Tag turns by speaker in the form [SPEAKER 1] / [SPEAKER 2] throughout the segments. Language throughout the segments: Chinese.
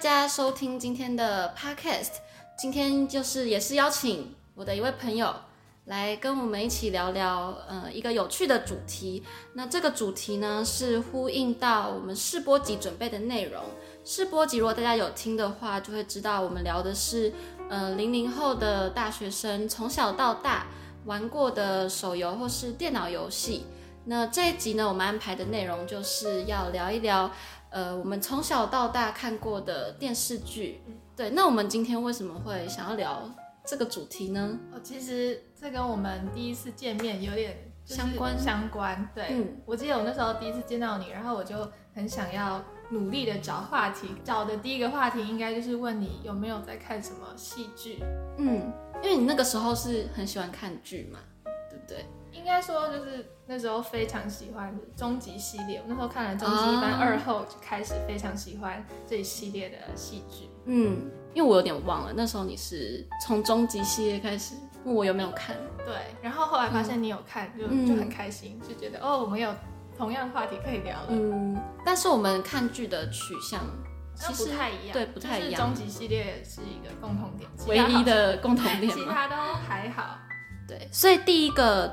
[SPEAKER 1] 家收听今天的 podcast。今天就是也是邀请我的一位朋友来跟我们一起聊聊，呃，一个有趣的主题。那这个主题呢是呼应到我们试播集准备的内容。试播集如果大家有听的话，就会知道我们聊的是，呃，零零后的大学生从小到大玩过的手游或是电脑游戏。那这一集呢，我们安排的内容就是要聊一聊，呃，我们从小到大看过的电视剧。对，那我们今天为什么会想要聊这个主题呢？
[SPEAKER 2] 哦，其实这跟我们第一次见面有点就是
[SPEAKER 1] 相关
[SPEAKER 2] 相关。对，
[SPEAKER 1] 嗯
[SPEAKER 2] 我记得我那时候第一次见到你，然后我就很想要努力的找话题，找的第一个话题应该就是问你有没有在看什么戏剧。
[SPEAKER 1] 嗯，因为你那个时候是很喜欢看剧嘛，对不对？
[SPEAKER 2] 应该说就是那时候非常喜欢终极系列，我那时候看了终极一班
[SPEAKER 1] 哦
[SPEAKER 2] 二后就开始非常喜欢这一系列的戏剧。
[SPEAKER 1] 嗯，因为我有点忘了，那时候你是从终极系列开始问我有没有看，
[SPEAKER 2] 对，然后后来发现你有看，
[SPEAKER 1] 嗯
[SPEAKER 2] 就就很开心，就觉得哦，我们有同样的话题可以聊了。
[SPEAKER 1] 嗯，但是我们看剧的取向
[SPEAKER 2] 那
[SPEAKER 1] 其
[SPEAKER 2] 不
[SPEAKER 1] 实
[SPEAKER 2] 太一样，
[SPEAKER 1] 对不太一
[SPEAKER 2] 就是
[SPEAKER 1] 样
[SPEAKER 2] 终极系列是一个共同点，
[SPEAKER 1] 唯一的共同点
[SPEAKER 2] 其他 好，其
[SPEAKER 1] 嘛。
[SPEAKER 2] 他都还好。
[SPEAKER 1] 对，所以第一个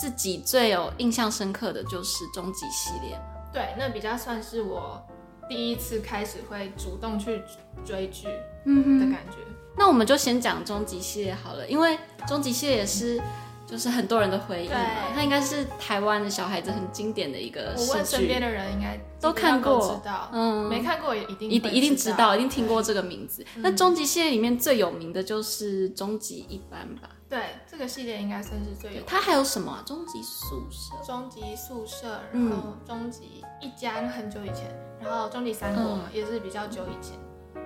[SPEAKER 1] 自己最有印象深刻的就是终极系列。
[SPEAKER 2] 对，那比较算是我第一次开始会主动去追剧
[SPEAKER 1] 嗯
[SPEAKER 2] 的感觉。
[SPEAKER 1] 那我们就先讲终极系列好了，因为终极系列也是就是很多人的回忆嘛
[SPEAKER 2] 对，
[SPEAKER 1] 它应该是台湾的小孩子很经典的一个
[SPEAKER 2] 我
[SPEAKER 1] 戏
[SPEAKER 2] 问身边
[SPEAKER 1] 剧。
[SPEAKER 2] 的人，应该
[SPEAKER 1] 都看过
[SPEAKER 2] 基本上都知道，
[SPEAKER 1] 嗯，
[SPEAKER 2] 没看过也一定
[SPEAKER 1] 一定一定
[SPEAKER 2] 知嗯
[SPEAKER 1] 知道，一定听过这个名字。那终极系列里面最有名的就是终极一班吧？
[SPEAKER 2] 对，这个系列应该算是最有。
[SPEAKER 1] 它还有什么啊？终极宿舍？
[SPEAKER 2] 终极宿舍，然
[SPEAKER 1] 嗯
[SPEAKER 2] 后终极一家那很久以前，然后终极三国、
[SPEAKER 1] 嗯
[SPEAKER 2] 也是比较久以前。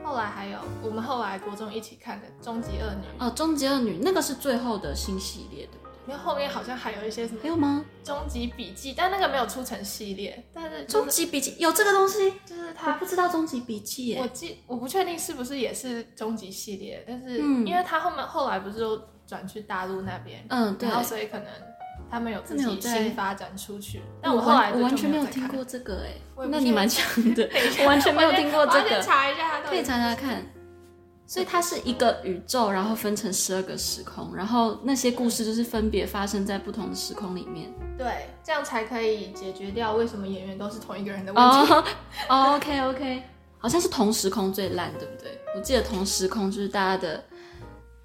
[SPEAKER 2] 后来还有我们后来国中一起看的《终极恶女》，
[SPEAKER 1] 哦，终极二女那个是最后的新系列，对不对？
[SPEAKER 2] 然后后面好像还有一些什么
[SPEAKER 1] 还有吗？
[SPEAKER 2] 《终极笔记》，但那个没有出成系列，但是
[SPEAKER 1] 终
[SPEAKER 2] 就是
[SPEAKER 1] 极笔记有这个东西？
[SPEAKER 2] 就是
[SPEAKER 1] 我
[SPEAKER 2] 它，
[SPEAKER 1] 不知道终极笔记
[SPEAKER 2] 我
[SPEAKER 1] 耶。
[SPEAKER 2] 记我不确定是不是也是终极系列，但是
[SPEAKER 1] 嗯
[SPEAKER 2] 因为它后面后来不是都转去大陆那边，
[SPEAKER 1] 嗯，对
[SPEAKER 2] 然。后所以可能他们有自
[SPEAKER 1] 真的有
[SPEAKER 2] 己
[SPEAKER 1] 在
[SPEAKER 2] 新发展出去，但
[SPEAKER 1] 我
[SPEAKER 2] 我后来
[SPEAKER 1] 完我完全
[SPEAKER 2] 没
[SPEAKER 1] 没有
[SPEAKER 2] 再
[SPEAKER 1] 听
[SPEAKER 2] 看
[SPEAKER 1] 过这个哎
[SPEAKER 2] 我也，不
[SPEAKER 1] 那
[SPEAKER 2] 确
[SPEAKER 1] 你蛮强的， 我完全没有听过这
[SPEAKER 2] 我要去
[SPEAKER 1] 个，
[SPEAKER 2] 查一下它到
[SPEAKER 1] 可以
[SPEAKER 2] 底
[SPEAKER 1] 查查 看。所以它是一个宇宙，然后分成十二个时空，然后那些故事就是分别发生在不同的时空里面。
[SPEAKER 2] 对，这样才可以解决掉为什么演员都是同一个人的问题。
[SPEAKER 1] 哦、o k OK，好像是同时空最烂，对不对？我记得同时空就是大家的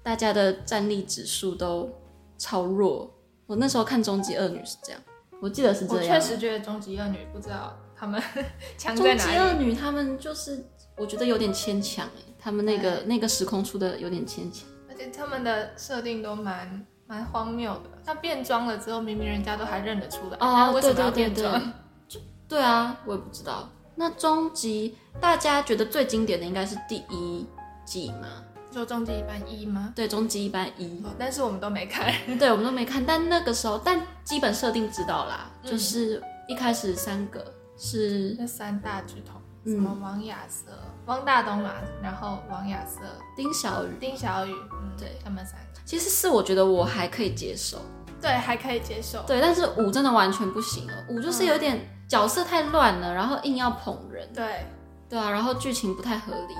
[SPEAKER 1] 大家的战力指数都超弱。我那时候看《终极恶女》是这样，我记得是
[SPEAKER 2] 我
[SPEAKER 1] 这样
[SPEAKER 2] 确。实觉得终极恶女不知道他们 强
[SPEAKER 1] 终
[SPEAKER 2] 在
[SPEAKER 1] 极
[SPEAKER 2] 哪
[SPEAKER 1] 恶
[SPEAKER 2] 里。
[SPEAKER 1] 女他们就是我觉得有点牵强哎，他们那个那个时空出的有点牵强。
[SPEAKER 2] 而且他们的设定都蛮蛮荒谬的。他变装了之后，明明人家都还认得出来，那啊为什
[SPEAKER 1] 哦对
[SPEAKER 2] 么
[SPEAKER 1] 对
[SPEAKER 2] 要
[SPEAKER 1] 对
[SPEAKER 2] 变
[SPEAKER 1] 对
[SPEAKER 2] 装？，
[SPEAKER 1] 就对啊，我也不知道。那终极大家觉得最经典的应该是第一季嘛？
[SPEAKER 2] 就终极一班一吗？
[SPEAKER 1] 对，终极一般 一。
[SPEAKER 2] 哦但是我们都没看。
[SPEAKER 1] 对，我们都没看，但那个时候，但基本设定知道啦，
[SPEAKER 2] 嗯
[SPEAKER 1] 就是一开始三个是
[SPEAKER 2] 那三大巨头，
[SPEAKER 1] 嗯
[SPEAKER 2] 什么王亚瑟、汪大东嘛，然后王亚瑟、
[SPEAKER 1] 丁小雨，
[SPEAKER 2] 丁小雨，嗯，
[SPEAKER 1] 对，
[SPEAKER 2] 他们三个，
[SPEAKER 1] 其实四我觉得我还可以接受，
[SPEAKER 2] 对，还可以接受。
[SPEAKER 1] 对，但是五真的完全不行了，五
[SPEAKER 2] 嗯
[SPEAKER 1] 就是有点角色太乱了，然后硬要捧人，
[SPEAKER 2] 对，
[SPEAKER 1] 对啊，然后剧情不太合理，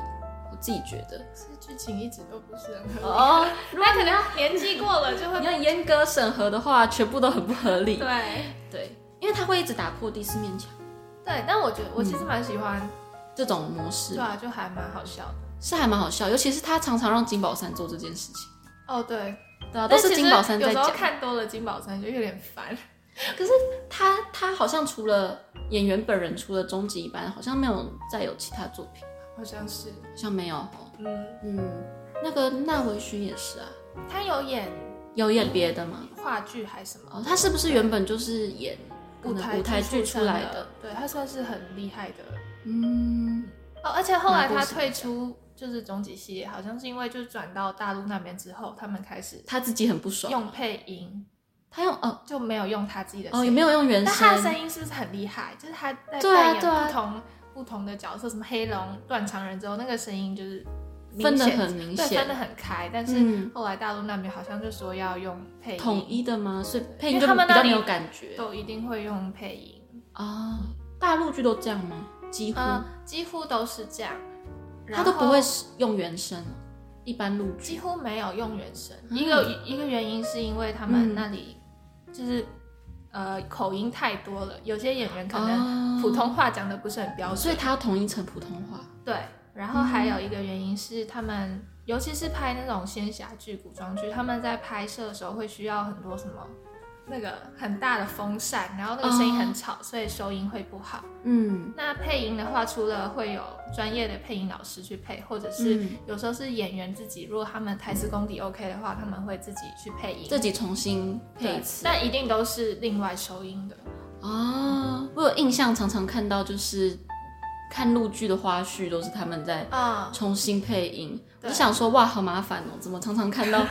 [SPEAKER 1] 我自己觉得。
[SPEAKER 2] 是剧情一直都不是很合理。
[SPEAKER 1] 哦，
[SPEAKER 2] 如果可能年纪过了就会
[SPEAKER 1] 你要严格审核的话，全部都很不合理，
[SPEAKER 2] 对
[SPEAKER 1] 对，因为它会一直打破第四面墙
[SPEAKER 2] 对，但我觉得我其实
[SPEAKER 1] 嗯
[SPEAKER 2] 蛮喜欢，
[SPEAKER 1] 这种模式
[SPEAKER 2] 对，啊，就还蛮好笑的。
[SPEAKER 1] 是还蛮好笑，尤其是他常常让金宝山做这件事情，
[SPEAKER 2] 哦，对，
[SPEAKER 1] 对啊，都
[SPEAKER 2] 但
[SPEAKER 1] 是
[SPEAKER 2] 其实
[SPEAKER 1] 金宝山在
[SPEAKER 2] 有时候
[SPEAKER 1] 讲。
[SPEAKER 2] 看多了金宝山就有点烦。
[SPEAKER 1] 他他好像除了演员本人，除了终极一班，好像没有再有其他作品，
[SPEAKER 2] 好像是，
[SPEAKER 1] 好像没有哦。
[SPEAKER 2] 嗯，
[SPEAKER 1] 嗯，那个那维勋也是啊，
[SPEAKER 2] 他有演
[SPEAKER 1] 有演别的吗？
[SPEAKER 2] 话剧还是什么
[SPEAKER 1] 哦，他是不是原本就是演可能舞台剧出来
[SPEAKER 2] 身
[SPEAKER 1] 的？？
[SPEAKER 2] 对他算是很厉害的。
[SPEAKER 1] 嗯，
[SPEAKER 2] 哦，而且后
[SPEAKER 1] 拿
[SPEAKER 2] 来他
[SPEAKER 1] 过什么
[SPEAKER 2] 退出就是终极系列，好像是因为就转到大陆那边之后，他们开始
[SPEAKER 1] 他自己很不爽，
[SPEAKER 2] 用配音，
[SPEAKER 1] 他用哦
[SPEAKER 2] 就没有用他自己的
[SPEAKER 1] 哦
[SPEAKER 2] 声音
[SPEAKER 1] 也没有用原
[SPEAKER 2] 但他的
[SPEAKER 1] 声，
[SPEAKER 2] 声音是不是很厉害？就是他在
[SPEAKER 1] 对啊
[SPEAKER 2] 扮演
[SPEAKER 1] 对啊
[SPEAKER 2] 不同、不同的角色，什么黑龙、断肠人之后，那个声音就是明
[SPEAKER 1] 分的
[SPEAKER 2] 显
[SPEAKER 1] 很明
[SPEAKER 2] 对，分
[SPEAKER 1] 显。
[SPEAKER 2] 的很开。但是
[SPEAKER 1] 嗯，
[SPEAKER 2] 后来大陆那边好像就说要用配音，
[SPEAKER 1] 统一的吗？所以配音
[SPEAKER 2] 因
[SPEAKER 1] 就
[SPEAKER 2] 为他
[SPEAKER 1] 比
[SPEAKER 2] 们那
[SPEAKER 1] 较
[SPEAKER 2] 里
[SPEAKER 1] 没有感觉哦
[SPEAKER 2] 都一定会用配音，
[SPEAKER 1] 啊。大陆剧都这样吗？几乎
[SPEAKER 2] 嗯、几乎都是这样。
[SPEAKER 1] 他
[SPEAKER 2] 呃然
[SPEAKER 1] 都不会
[SPEAKER 2] 后
[SPEAKER 1] 是用原声，一般录
[SPEAKER 2] 几
[SPEAKER 1] 剧。
[SPEAKER 2] 乎没有用原声。
[SPEAKER 1] 嗯
[SPEAKER 2] 一个一个原因是因为他
[SPEAKER 1] 嗯
[SPEAKER 2] 们那里就是、呃口音太多了，有些演员可能
[SPEAKER 1] 能
[SPEAKER 2] 普，通话讲的不是很标准，
[SPEAKER 1] 哦所以他要统一成普通话。
[SPEAKER 2] 对，然后还有一个原因是他们，
[SPEAKER 1] 嗯
[SPEAKER 2] 尤其是拍那种仙侠剧、古装剧，他们在拍摄的时候会需要很多什么那个很大的风扇，然后那
[SPEAKER 1] 哦
[SPEAKER 2] 个声音很吵，所以收音会不好。
[SPEAKER 1] 嗯
[SPEAKER 2] 那配音的话，除了会有专业的配音老师去配，或者是
[SPEAKER 1] 嗯
[SPEAKER 2] 有时候是演员自己，如果他们台词功底 OK 的话，他们会自己去配音。
[SPEAKER 1] 自己重新配
[SPEAKER 2] 对
[SPEAKER 1] 一次。
[SPEAKER 2] 但一定都是另外收音的。
[SPEAKER 1] 哦，我有印象，常常看到就是看录剧的花絮，都是他们在
[SPEAKER 2] 嗯，
[SPEAKER 1] 重新配音。我
[SPEAKER 2] 对
[SPEAKER 1] 就想说，哇，好麻烦哦，怎么常常看 到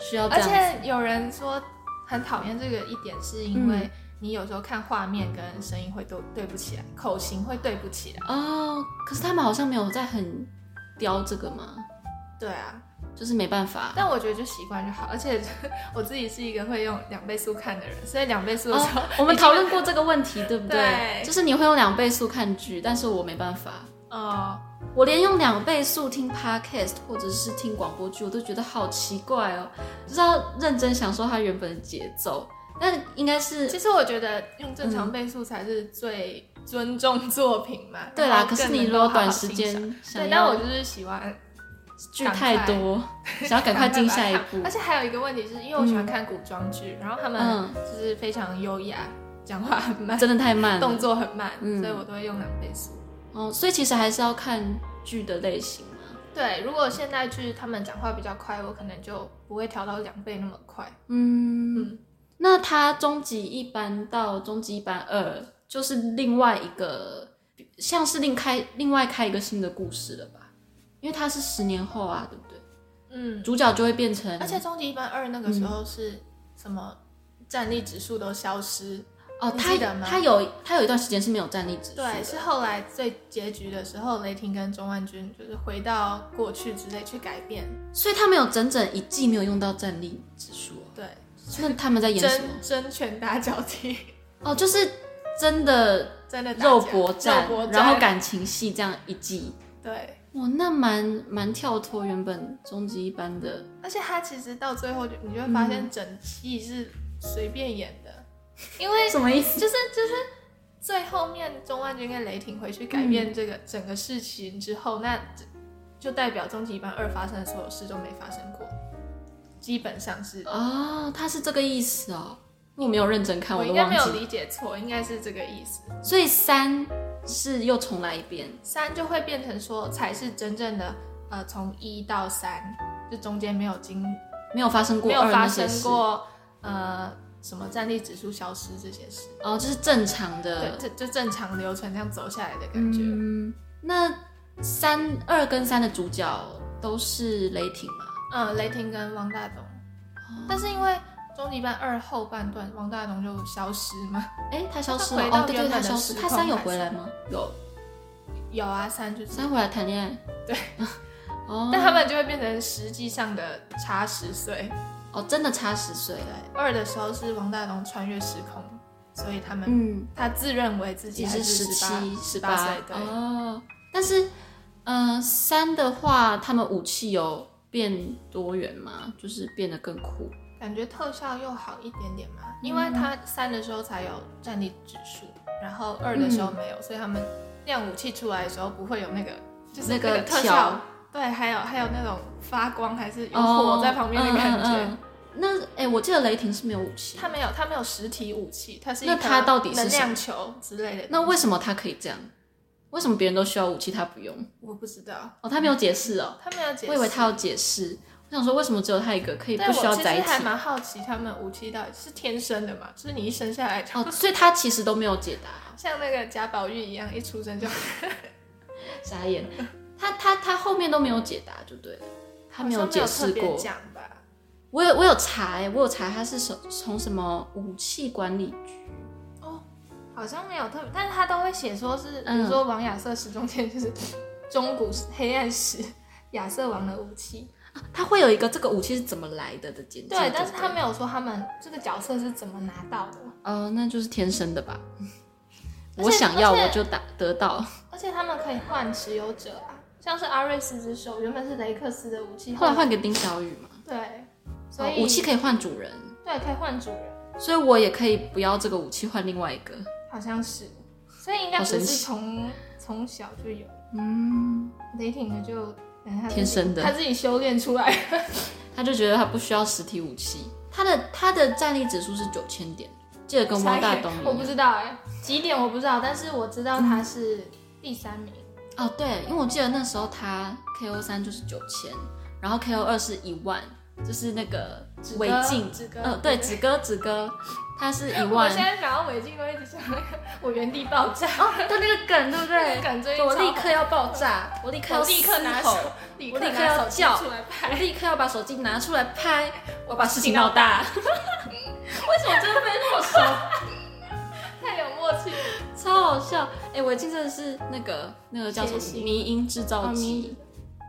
[SPEAKER 1] 需要这
[SPEAKER 2] 而
[SPEAKER 1] 样子？嗯
[SPEAKER 2] 且有人说很讨厌这个一点，是因为你有时候看画面跟声音会都对不起来，口型会对不起来。
[SPEAKER 1] 哦，可是他们好像没有在很雕这个嘛，
[SPEAKER 2] 对啊，
[SPEAKER 1] 就是没办法。
[SPEAKER 2] 但我觉得就习惯就好。而且 我自己是一个会用两倍速看的人，所以两倍速的时候，
[SPEAKER 1] 我们讨论过这个问题，对不对？
[SPEAKER 2] 对
[SPEAKER 1] 就是你会用两倍速看剧，但是我没办法，
[SPEAKER 2] 哦、
[SPEAKER 1] 我连用两倍速听 podcast 或者是听广播剧，我都觉得好奇怪哦，就是要认真享受它原本的节奏。但应该是
[SPEAKER 2] 其实我觉得用正常倍速才是最尊重作品嘛。
[SPEAKER 1] 嗯对
[SPEAKER 2] 然
[SPEAKER 1] 啦，
[SPEAKER 2] 后
[SPEAKER 1] 可是
[SPEAKER 2] 更
[SPEAKER 1] 你
[SPEAKER 2] 能
[SPEAKER 1] 如
[SPEAKER 2] 够
[SPEAKER 1] 果
[SPEAKER 2] 好好
[SPEAKER 1] 短时
[SPEAKER 2] 欣赏。
[SPEAKER 1] 间想
[SPEAKER 2] 对，但
[SPEAKER 1] 要
[SPEAKER 2] 我就是喜欢
[SPEAKER 1] 剧太 多，想要赶快进下一步
[SPEAKER 2] 而。且还有一个问题是，因为我喜欢看古装剧，然后他们
[SPEAKER 1] 嗯
[SPEAKER 2] 就是非常优雅，讲话很慢，
[SPEAKER 1] 真的太慢
[SPEAKER 2] 动
[SPEAKER 1] 了
[SPEAKER 2] 作很慢，
[SPEAKER 1] 嗯
[SPEAKER 2] 所以我都会用两倍速。
[SPEAKER 1] 哦，所以其实还是要看剧的类型嘛。
[SPEAKER 2] 对，如果现代剧他们讲话比较快，我可能就不会调到两倍那么快。
[SPEAKER 1] 嗯，
[SPEAKER 2] 嗯，
[SPEAKER 1] 那它终极一班到终极一班二就是另外一个，像是另开另外开一个新的故事了吧？因为它是十年后啊，对不对？
[SPEAKER 2] 嗯，
[SPEAKER 1] 主角就会变成，
[SPEAKER 2] 而且终极一班二那个时候是什么战力指数都消失，
[SPEAKER 1] 哦，
[SPEAKER 2] 你
[SPEAKER 1] 他
[SPEAKER 2] 记得吗
[SPEAKER 1] 他有他有一段时间是没有战力指数的，
[SPEAKER 2] 对，是后来最结局的时候，雷霆跟钟万军就是回到过去之类去改变。
[SPEAKER 1] 所以他们有整整一季没有用到战力指数哦、
[SPEAKER 2] 对，
[SPEAKER 1] 那他们在演什么？
[SPEAKER 2] 真真拳打脚踢，
[SPEAKER 1] 哦，就是真的
[SPEAKER 2] 真的打架
[SPEAKER 1] 肉搏战，
[SPEAKER 2] 肉搏战
[SPEAKER 1] 然后感情戏这样一季，
[SPEAKER 2] 对。
[SPEAKER 1] 哇，那蛮蛮跳脱原本终极一班的。
[SPEAKER 2] 而且他其实到最后就，你就会发现整季是随便演的，因为
[SPEAKER 1] 什么意思？
[SPEAKER 2] 就是就是最后面钟万军跟雷霆回去改变这个整个事情之后，那就就代表终极班二发生的所有事都没发生过，基本上是。
[SPEAKER 1] 哦，他是这个意思哦。我没有认真看，
[SPEAKER 2] 我
[SPEAKER 1] 我
[SPEAKER 2] 应
[SPEAKER 1] 都
[SPEAKER 2] 该
[SPEAKER 1] 忘
[SPEAKER 2] 没
[SPEAKER 1] 记
[SPEAKER 2] 有
[SPEAKER 1] 了。
[SPEAKER 2] 理解错，应该是这个意思。
[SPEAKER 1] 所以三是又重来一遍。
[SPEAKER 2] 三就会变成说才是真正的呃，从一到三，就中间没有经
[SPEAKER 1] 没有发生过
[SPEAKER 2] 没有
[SPEAKER 1] 二
[SPEAKER 2] 发
[SPEAKER 1] 那些
[SPEAKER 2] 生
[SPEAKER 1] 事，
[SPEAKER 2] 过呃什么战力指数消失这些事。
[SPEAKER 1] 哦，就是正常
[SPEAKER 2] 对，
[SPEAKER 1] 的
[SPEAKER 2] 这就正常流程这样走下来的感
[SPEAKER 1] 感觉。
[SPEAKER 2] 觉。
[SPEAKER 1] 嗯，那三二跟三的主角都是雷霆嘛？
[SPEAKER 2] 嗯，雷霆跟汪大东，
[SPEAKER 1] 哦
[SPEAKER 2] 但是因为终极班二后半段汪大东就消失嘛，
[SPEAKER 1] 哎、他消失了
[SPEAKER 2] 他回
[SPEAKER 1] 哦
[SPEAKER 2] 到，
[SPEAKER 1] 对对，
[SPEAKER 2] 原
[SPEAKER 1] 他
[SPEAKER 2] 本的
[SPEAKER 1] 消失。
[SPEAKER 2] 时
[SPEAKER 1] 他
[SPEAKER 2] 空
[SPEAKER 1] 三有
[SPEAKER 2] 还
[SPEAKER 1] 回
[SPEAKER 2] 是
[SPEAKER 1] 来吗？有，
[SPEAKER 2] 有啊三就是，
[SPEAKER 1] 三回来谈恋爱。
[SPEAKER 2] 对。
[SPEAKER 1] 哦，
[SPEAKER 2] 但他们就会变成实际上的差十岁。
[SPEAKER 1] 哦真的差十岁
[SPEAKER 2] 对。，二的时候是汪大东穿越时空，所以他们、
[SPEAKER 1] 嗯，
[SPEAKER 2] 他自认为自己
[SPEAKER 1] 也
[SPEAKER 2] 还
[SPEAKER 1] 是
[SPEAKER 2] 是
[SPEAKER 1] 十七、
[SPEAKER 2] 七、
[SPEAKER 1] 十
[SPEAKER 2] 八岁，对。
[SPEAKER 1] 哦，但是，呃，三的话，他们武器有变多元吗？就是变得更酷。
[SPEAKER 2] 感觉特效又好一点点
[SPEAKER 1] 嗯
[SPEAKER 2] 嘛，因为它三的时候才有战力指数，然后
[SPEAKER 1] 嗯
[SPEAKER 2] 二的时候没有，所以他们亮武器出来的时候不会有那个就是
[SPEAKER 1] 那
[SPEAKER 2] 那
[SPEAKER 1] 个
[SPEAKER 2] 个特
[SPEAKER 1] 条
[SPEAKER 2] 效，对，还有还有那种发光还是有
[SPEAKER 1] 哦
[SPEAKER 2] 火在旁边的感觉。
[SPEAKER 1] 嗯嗯嗯那，哎、我记得雷霆是没有武器，
[SPEAKER 2] 它没有，它没有实体武器，它是一
[SPEAKER 1] 那
[SPEAKER 2] 颗
[SPEAKER 1] 它到底是
[SPEAKER 2] 能
[SPEAKER 1] 什么
[SPEAKER 2] 量球之类的？
[SPEAKER 1] 那为什么他可以这样？为什么别人都需要武器，他不用？
[SPEAKER 2] 我不知道，
[SPEAKER 1] 哦，他没有解释哦，
[SPEAKER 2] 它没有解释。
[SPEAKER 1] 我以为他有解释。我想说，为什么只有他一个可以
[SPEAKER 2] 对
[SPEAKER 1] 不需要
[SPEAKER 2] 我其实
[SPEAKER 1] 载体
[SPEAKER 2] 还？蛮好奇他们武器到底是天生的嘛，就是你一生下来就、
[SPEAKER 1] 哦，所以他其实都没有解答。
[SPEAKER 2] 像那个贾宝玉一样，一出生就
[SPEAKER 1] 傻眼，他他他后面都没有解答，就对了，他没
[SPEAKER 2] 好像
[SPEAKER 1] 解释
[SPEAKER 2] 特别
[SPEAKER 1] 过。
[SPEAKER 2] 讲吧。
[SPEAKER 1] 我有我有查、欸，我有查他是什从什么武器管理局
[SPEAKER 2] 好像没有特别，但是他都会写说是，比
[SPEAKER 1] 嗯
[SPEAKER 2] 如说王亚瑟时钟剑就是中古黑暗史亚瑟王的武器，
[SPEAKER 1] 啊，他会有一个这个武器是怎么来的的简介。
[SPEAKER 2] 对，但是他
[SPEAKER 1] 们
[SPEAKER 2] 没有说他们这个角色是怎么拿到的，
[SPEAKER 1] 呃，那就是天生的吧。
[SPEAKER 2] 而且
[SPEAKER 1] 我想要
[SPEAKER 2] 而且
[SPEAKER 1] 我就打得到，
[SPEAKER 2] 而且他们可以换持有者啊，像是阿瑞斯之手原本是雷克斯的武器，
[SPEAKER 1] 后来换给丁小雨嘛。
[SPEAKER 2] 对，所
[SPEAKER 1] 哦
[SPEAKER 2] 以、
[SPEAKER 1] 武器可以换主人，
[SPEAKER 2] 对可以换主人，
[SPEAKER 1] 所以我也可以不要这个武器换另外一个。
[SPEAKER 2] 好像是，所以应该不
[SPEAKER 1] 好神
[SPEAKER 2] 是
[SPEAKER 1] 奇
[SPEAKER 2] 从从小就有
[SPEAKER 1] 嗯，
[SPEAKER 2] 雷霆的就可能他自己
[SPEAKER 1] 天生的
[SPEAKER 2] 他自己修炼出来。
[SPEAKER 1] 他就觉得他不需要实体武器，他的他的战力指数是九千点，记得跟汪大东一
[SPEAKER 2] 我
[SPEAKER 1] 样
[SPEAKER 2] 不。知道哎、几点我不知道，但是我知道他是第三名，
[SPEAKER 1] 哦，对，因为我记得那时候他 KO 三就是九千，然后 KO 二是一万，就是那个
[SPEAKER 2] 指
[SPEAKER 1] 违
[SPEAKER 2] 哥
[SPEAKER 1] 禁，
[SPEAKER 2] 指哥，
[SPEAKER 1] 呃，对，子哥子哥，他是一
[SPEAKER 2] 我
[SPEAKER 1] 万
[SPEAKER 2] 现，在想到违禁，我一直想那个我原地爆炸，
[SPEAKER 1] 对那个梗，对不
[SPEAKER 2] 那个？梗最近
[SPEAKER 1] 我立
[SPEAKER 2] 超
[SPEAKER 1] 刻要爆炸，我立刻
[SPEAKER 2] 我
[SPEAKER 1] 要
[SPEAKER 2] 立刻
[SPEAKER 1] 嘶
[SPEAKER 2] 拿
[SPEAKER 1] 吼
[SPEAKER 2] 手，立
[SPEAKER 1] 我
[SPEAKER 2] 刻
[SPEAKER 1] 立刻
[SPEAKER 2] 拿
[SPEAKER 1] 要
[SPEAKER 2] 手机
[SPEAKER 1] 叫
[SPEAKER 2] 出来
[SPEAKER 1] 我
[SPEAKER 2] 拍。
[SPEAKER 1] 立刻要把手机拿出来拍，我把事情闹大。为什么真的被没收？
[SPEAKER 2] 太有默契了，
[SPEAKER 1] 超好笑！哎、我已经真的是那个那个叫什么
[SPEAKER 2] 谐星
[SPEAKER 1] 迷音制造
[SPEAKER 2] 哦迷
[SPEAKER 1] 机，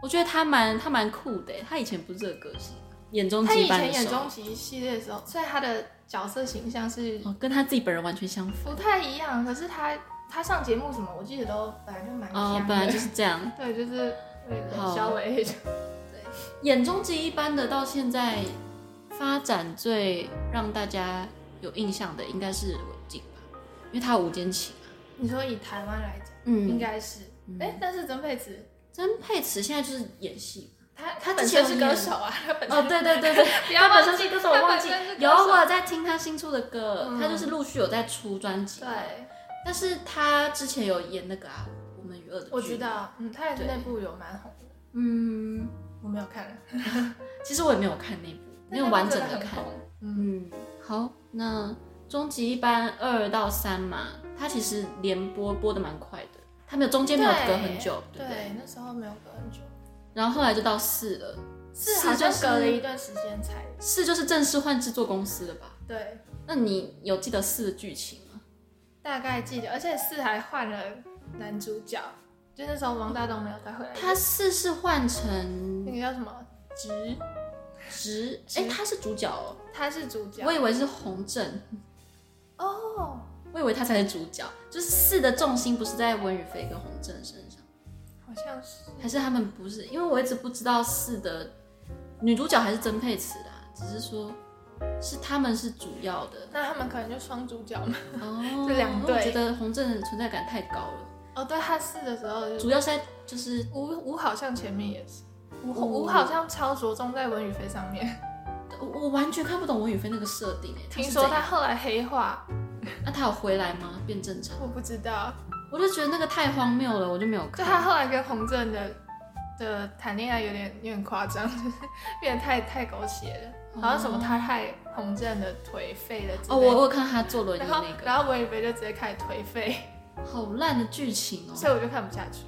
[SPEAKER 1] 我觉得他蛮他蛮酷的欸，他以前不是这个个性，眼中
[SPEAKER 2] 他以
[SPEAKER 1] 极般
[SPEAKER 2] 前
[SPEAKER 1] 的
[SPEAKER 2] 演
[SPEAKER 1] 时候，
[SPEAKER 2] 终极系列的时候，虽然他的角色形象是
[SPEAKER 1] 哦，跟他自己本人完全相反。
[SPEAKER 2] 不太一样，可是他他上节目什么，我记得都本来就蛮
[SPEAKER 1] 哦
[SPEAKER 2] 强，
[SPEAKER 1] 本来
[SPEAKER 2] 的。
[SPEAKER 1] 就是这样。
[SPEAKER 2] 对，就是对
[SPEAKER 1] 好
[SPEAKER 2] 小伟
[SPEAKER 1] 眼中极一般的到现在发展最让大家有印象的应该是韦静吧，因为他有五间情啊。
[SPEAKER 2] 你说以台湾来讲，应
[SPEAKER 1] 嗯，
[SPEAKER 2] 该是，哎、但是曾沛慈，
[SPEAKER 1] 曾沛慈现在就是演戏。
[SPEAKER 2] 她
[SPEAKER 1] 她
[SPEAKER 2] 她本
[SPEAKER 1] 之前
[SPEAKER 2] 身
[SPEAKER 1] 有
[SPEAKER 2] 是歌
[SPEAKER 1] 演
[SPEAKER 2] 手啊，她本身、
[SPEAKER 1] 哦，对对对 对，
[SPEAKER 2] 不要
[SPEAKER 1] 他本
[SPEAKER 2] 忘
[SPEAKER 1] 身
[SPEAKER 2] 记
[SPEAKER 1] 是歌手，我忘记
[SPEAKER 2] 她本身是
[SPEAKER 1] 有啊
[SPEAKER 2] 歌手
[SPEAKER 1] 我有在听他新出的歌，
[SPEAKER 2] 嗯
[SPEAKER 1] 他就是陆续有在出专辑。
[SPEAKER 2] 对，
[SPEAKER 1] 但是他之前有演那个啊，《我们与恶的距离
[SPEAKER 2] 我知。道，嗯，她也是
[SPEAKER 1] 对
[SPEAKER 2] 那部有蛮红的，
[SPEAKER 1] 嗯，
[SPEAKER 2] 我没有看，
[SPEAKER 1] 其实我也没有看那部，没有完整的看
[SPEAKER 2] 但她真。很红，嗯，
[SPEAKER 1] 嗯，好，那终极一班二到三嘛，它其实连播播的蛮快的，它没有中间没有隔很久，对
[SPEAKER 2] 对
[SPEAKER 1] 不对？，
[SPEAKER 2] 那时候没有隔很久，
[SPEAKER 1] 然后后来就到四了，
[SPEAKER 2] 是好
[SPEAKER 1] 就
[SPEAKER 2] 像
[SPEAKER 1] 是
[SPEAKER 2] 隔了一段时间才，
[SPEAKER 1] 四就是正式换制作公司了吧？
[SPEAKER 2] 对，
[SPEAKER 1] 那你有记得四的剧情吗？
[SPEAKER 2] 大概记得，而且四还换了男主角，就那时候王大东没有再回来，
[SPEAKER 1] 他四是换
[SPEAKER 2] 那
[SPEAKER 1] 成
[SPEAKER 2] 个叫什么直，
[SPEAKER 1] 直，
[SPEAKER 2] 直
[SPEAKER 1] 哎、他是主角哦，
[SPEAKER 2] 他是主角
[SPEAKER 1] 我以为是洪正，
[SPEAKER 2] 哦，
[SPEAKER 1] 我以为他才是主角，就是四的重心不是在文宇飞跟洪正身上，
[SPEAKER 2] 好像是，
[SPEAKER 1] 还是他们不是？因为我一直不知道四的女主角还是曾沛慈啦，只是说是他们是主要的
[SPEAKER 2] 那他们可能就双主角嘛，
[SPEAKER 1] 哦。
[SPEAKER 2] 这两对
[SPEAKER 1] 我觉得洪正的存在感太高了，
[SPEAKER 2] 哦，对，他四的时候就
[SPEAKER 1] 主要是在就是
[SPEAKER 2] 吴吴好像前面也是，吴
[SPEAKER 1] 吴
[SPEAKER 2] 吴好像超着重在文宇飞上面。
[SPEAKER 1] 我我完全看不懂文宇飞那个设定哎、
[SPEAKER 2] 听
[SPEAKER 1] 是
[SPEAKER 2] 说
[SPEAKER 1] 怎
[SPEAKER 2] 他
[SPEAKER 1] 样
[SPEAKER 2] 后来黑化，
[SPEAKER 1] 那他有回来吗？变正常？
[SPEAKER 2] 我不知道。
[SPEAKER 1] 我就觉得那个太荒谬了，我就没有
[SPEAKER 2] 就
[SPEAKER 1] 看。
[SPEAKER 2] 他后来跟洪正的的谈恋爱有点有点夸张， 就是变得太太狗血了，好像什么他害洪正的颓废了之
[SPEAKER 1] 哦，
[SPEAKER 2] 类的。
[SPEAKER 1] 我我有看他坐轮椅
[SPEAKER 2] 然后
[SPEAKER 1] 那个，
[SPEAKER 2] 然后文宇飞就直接开始颓废，
[SPEAKER 1] 好烂的剧情哦。
[SPEAKER 2] 所以我就看不下去。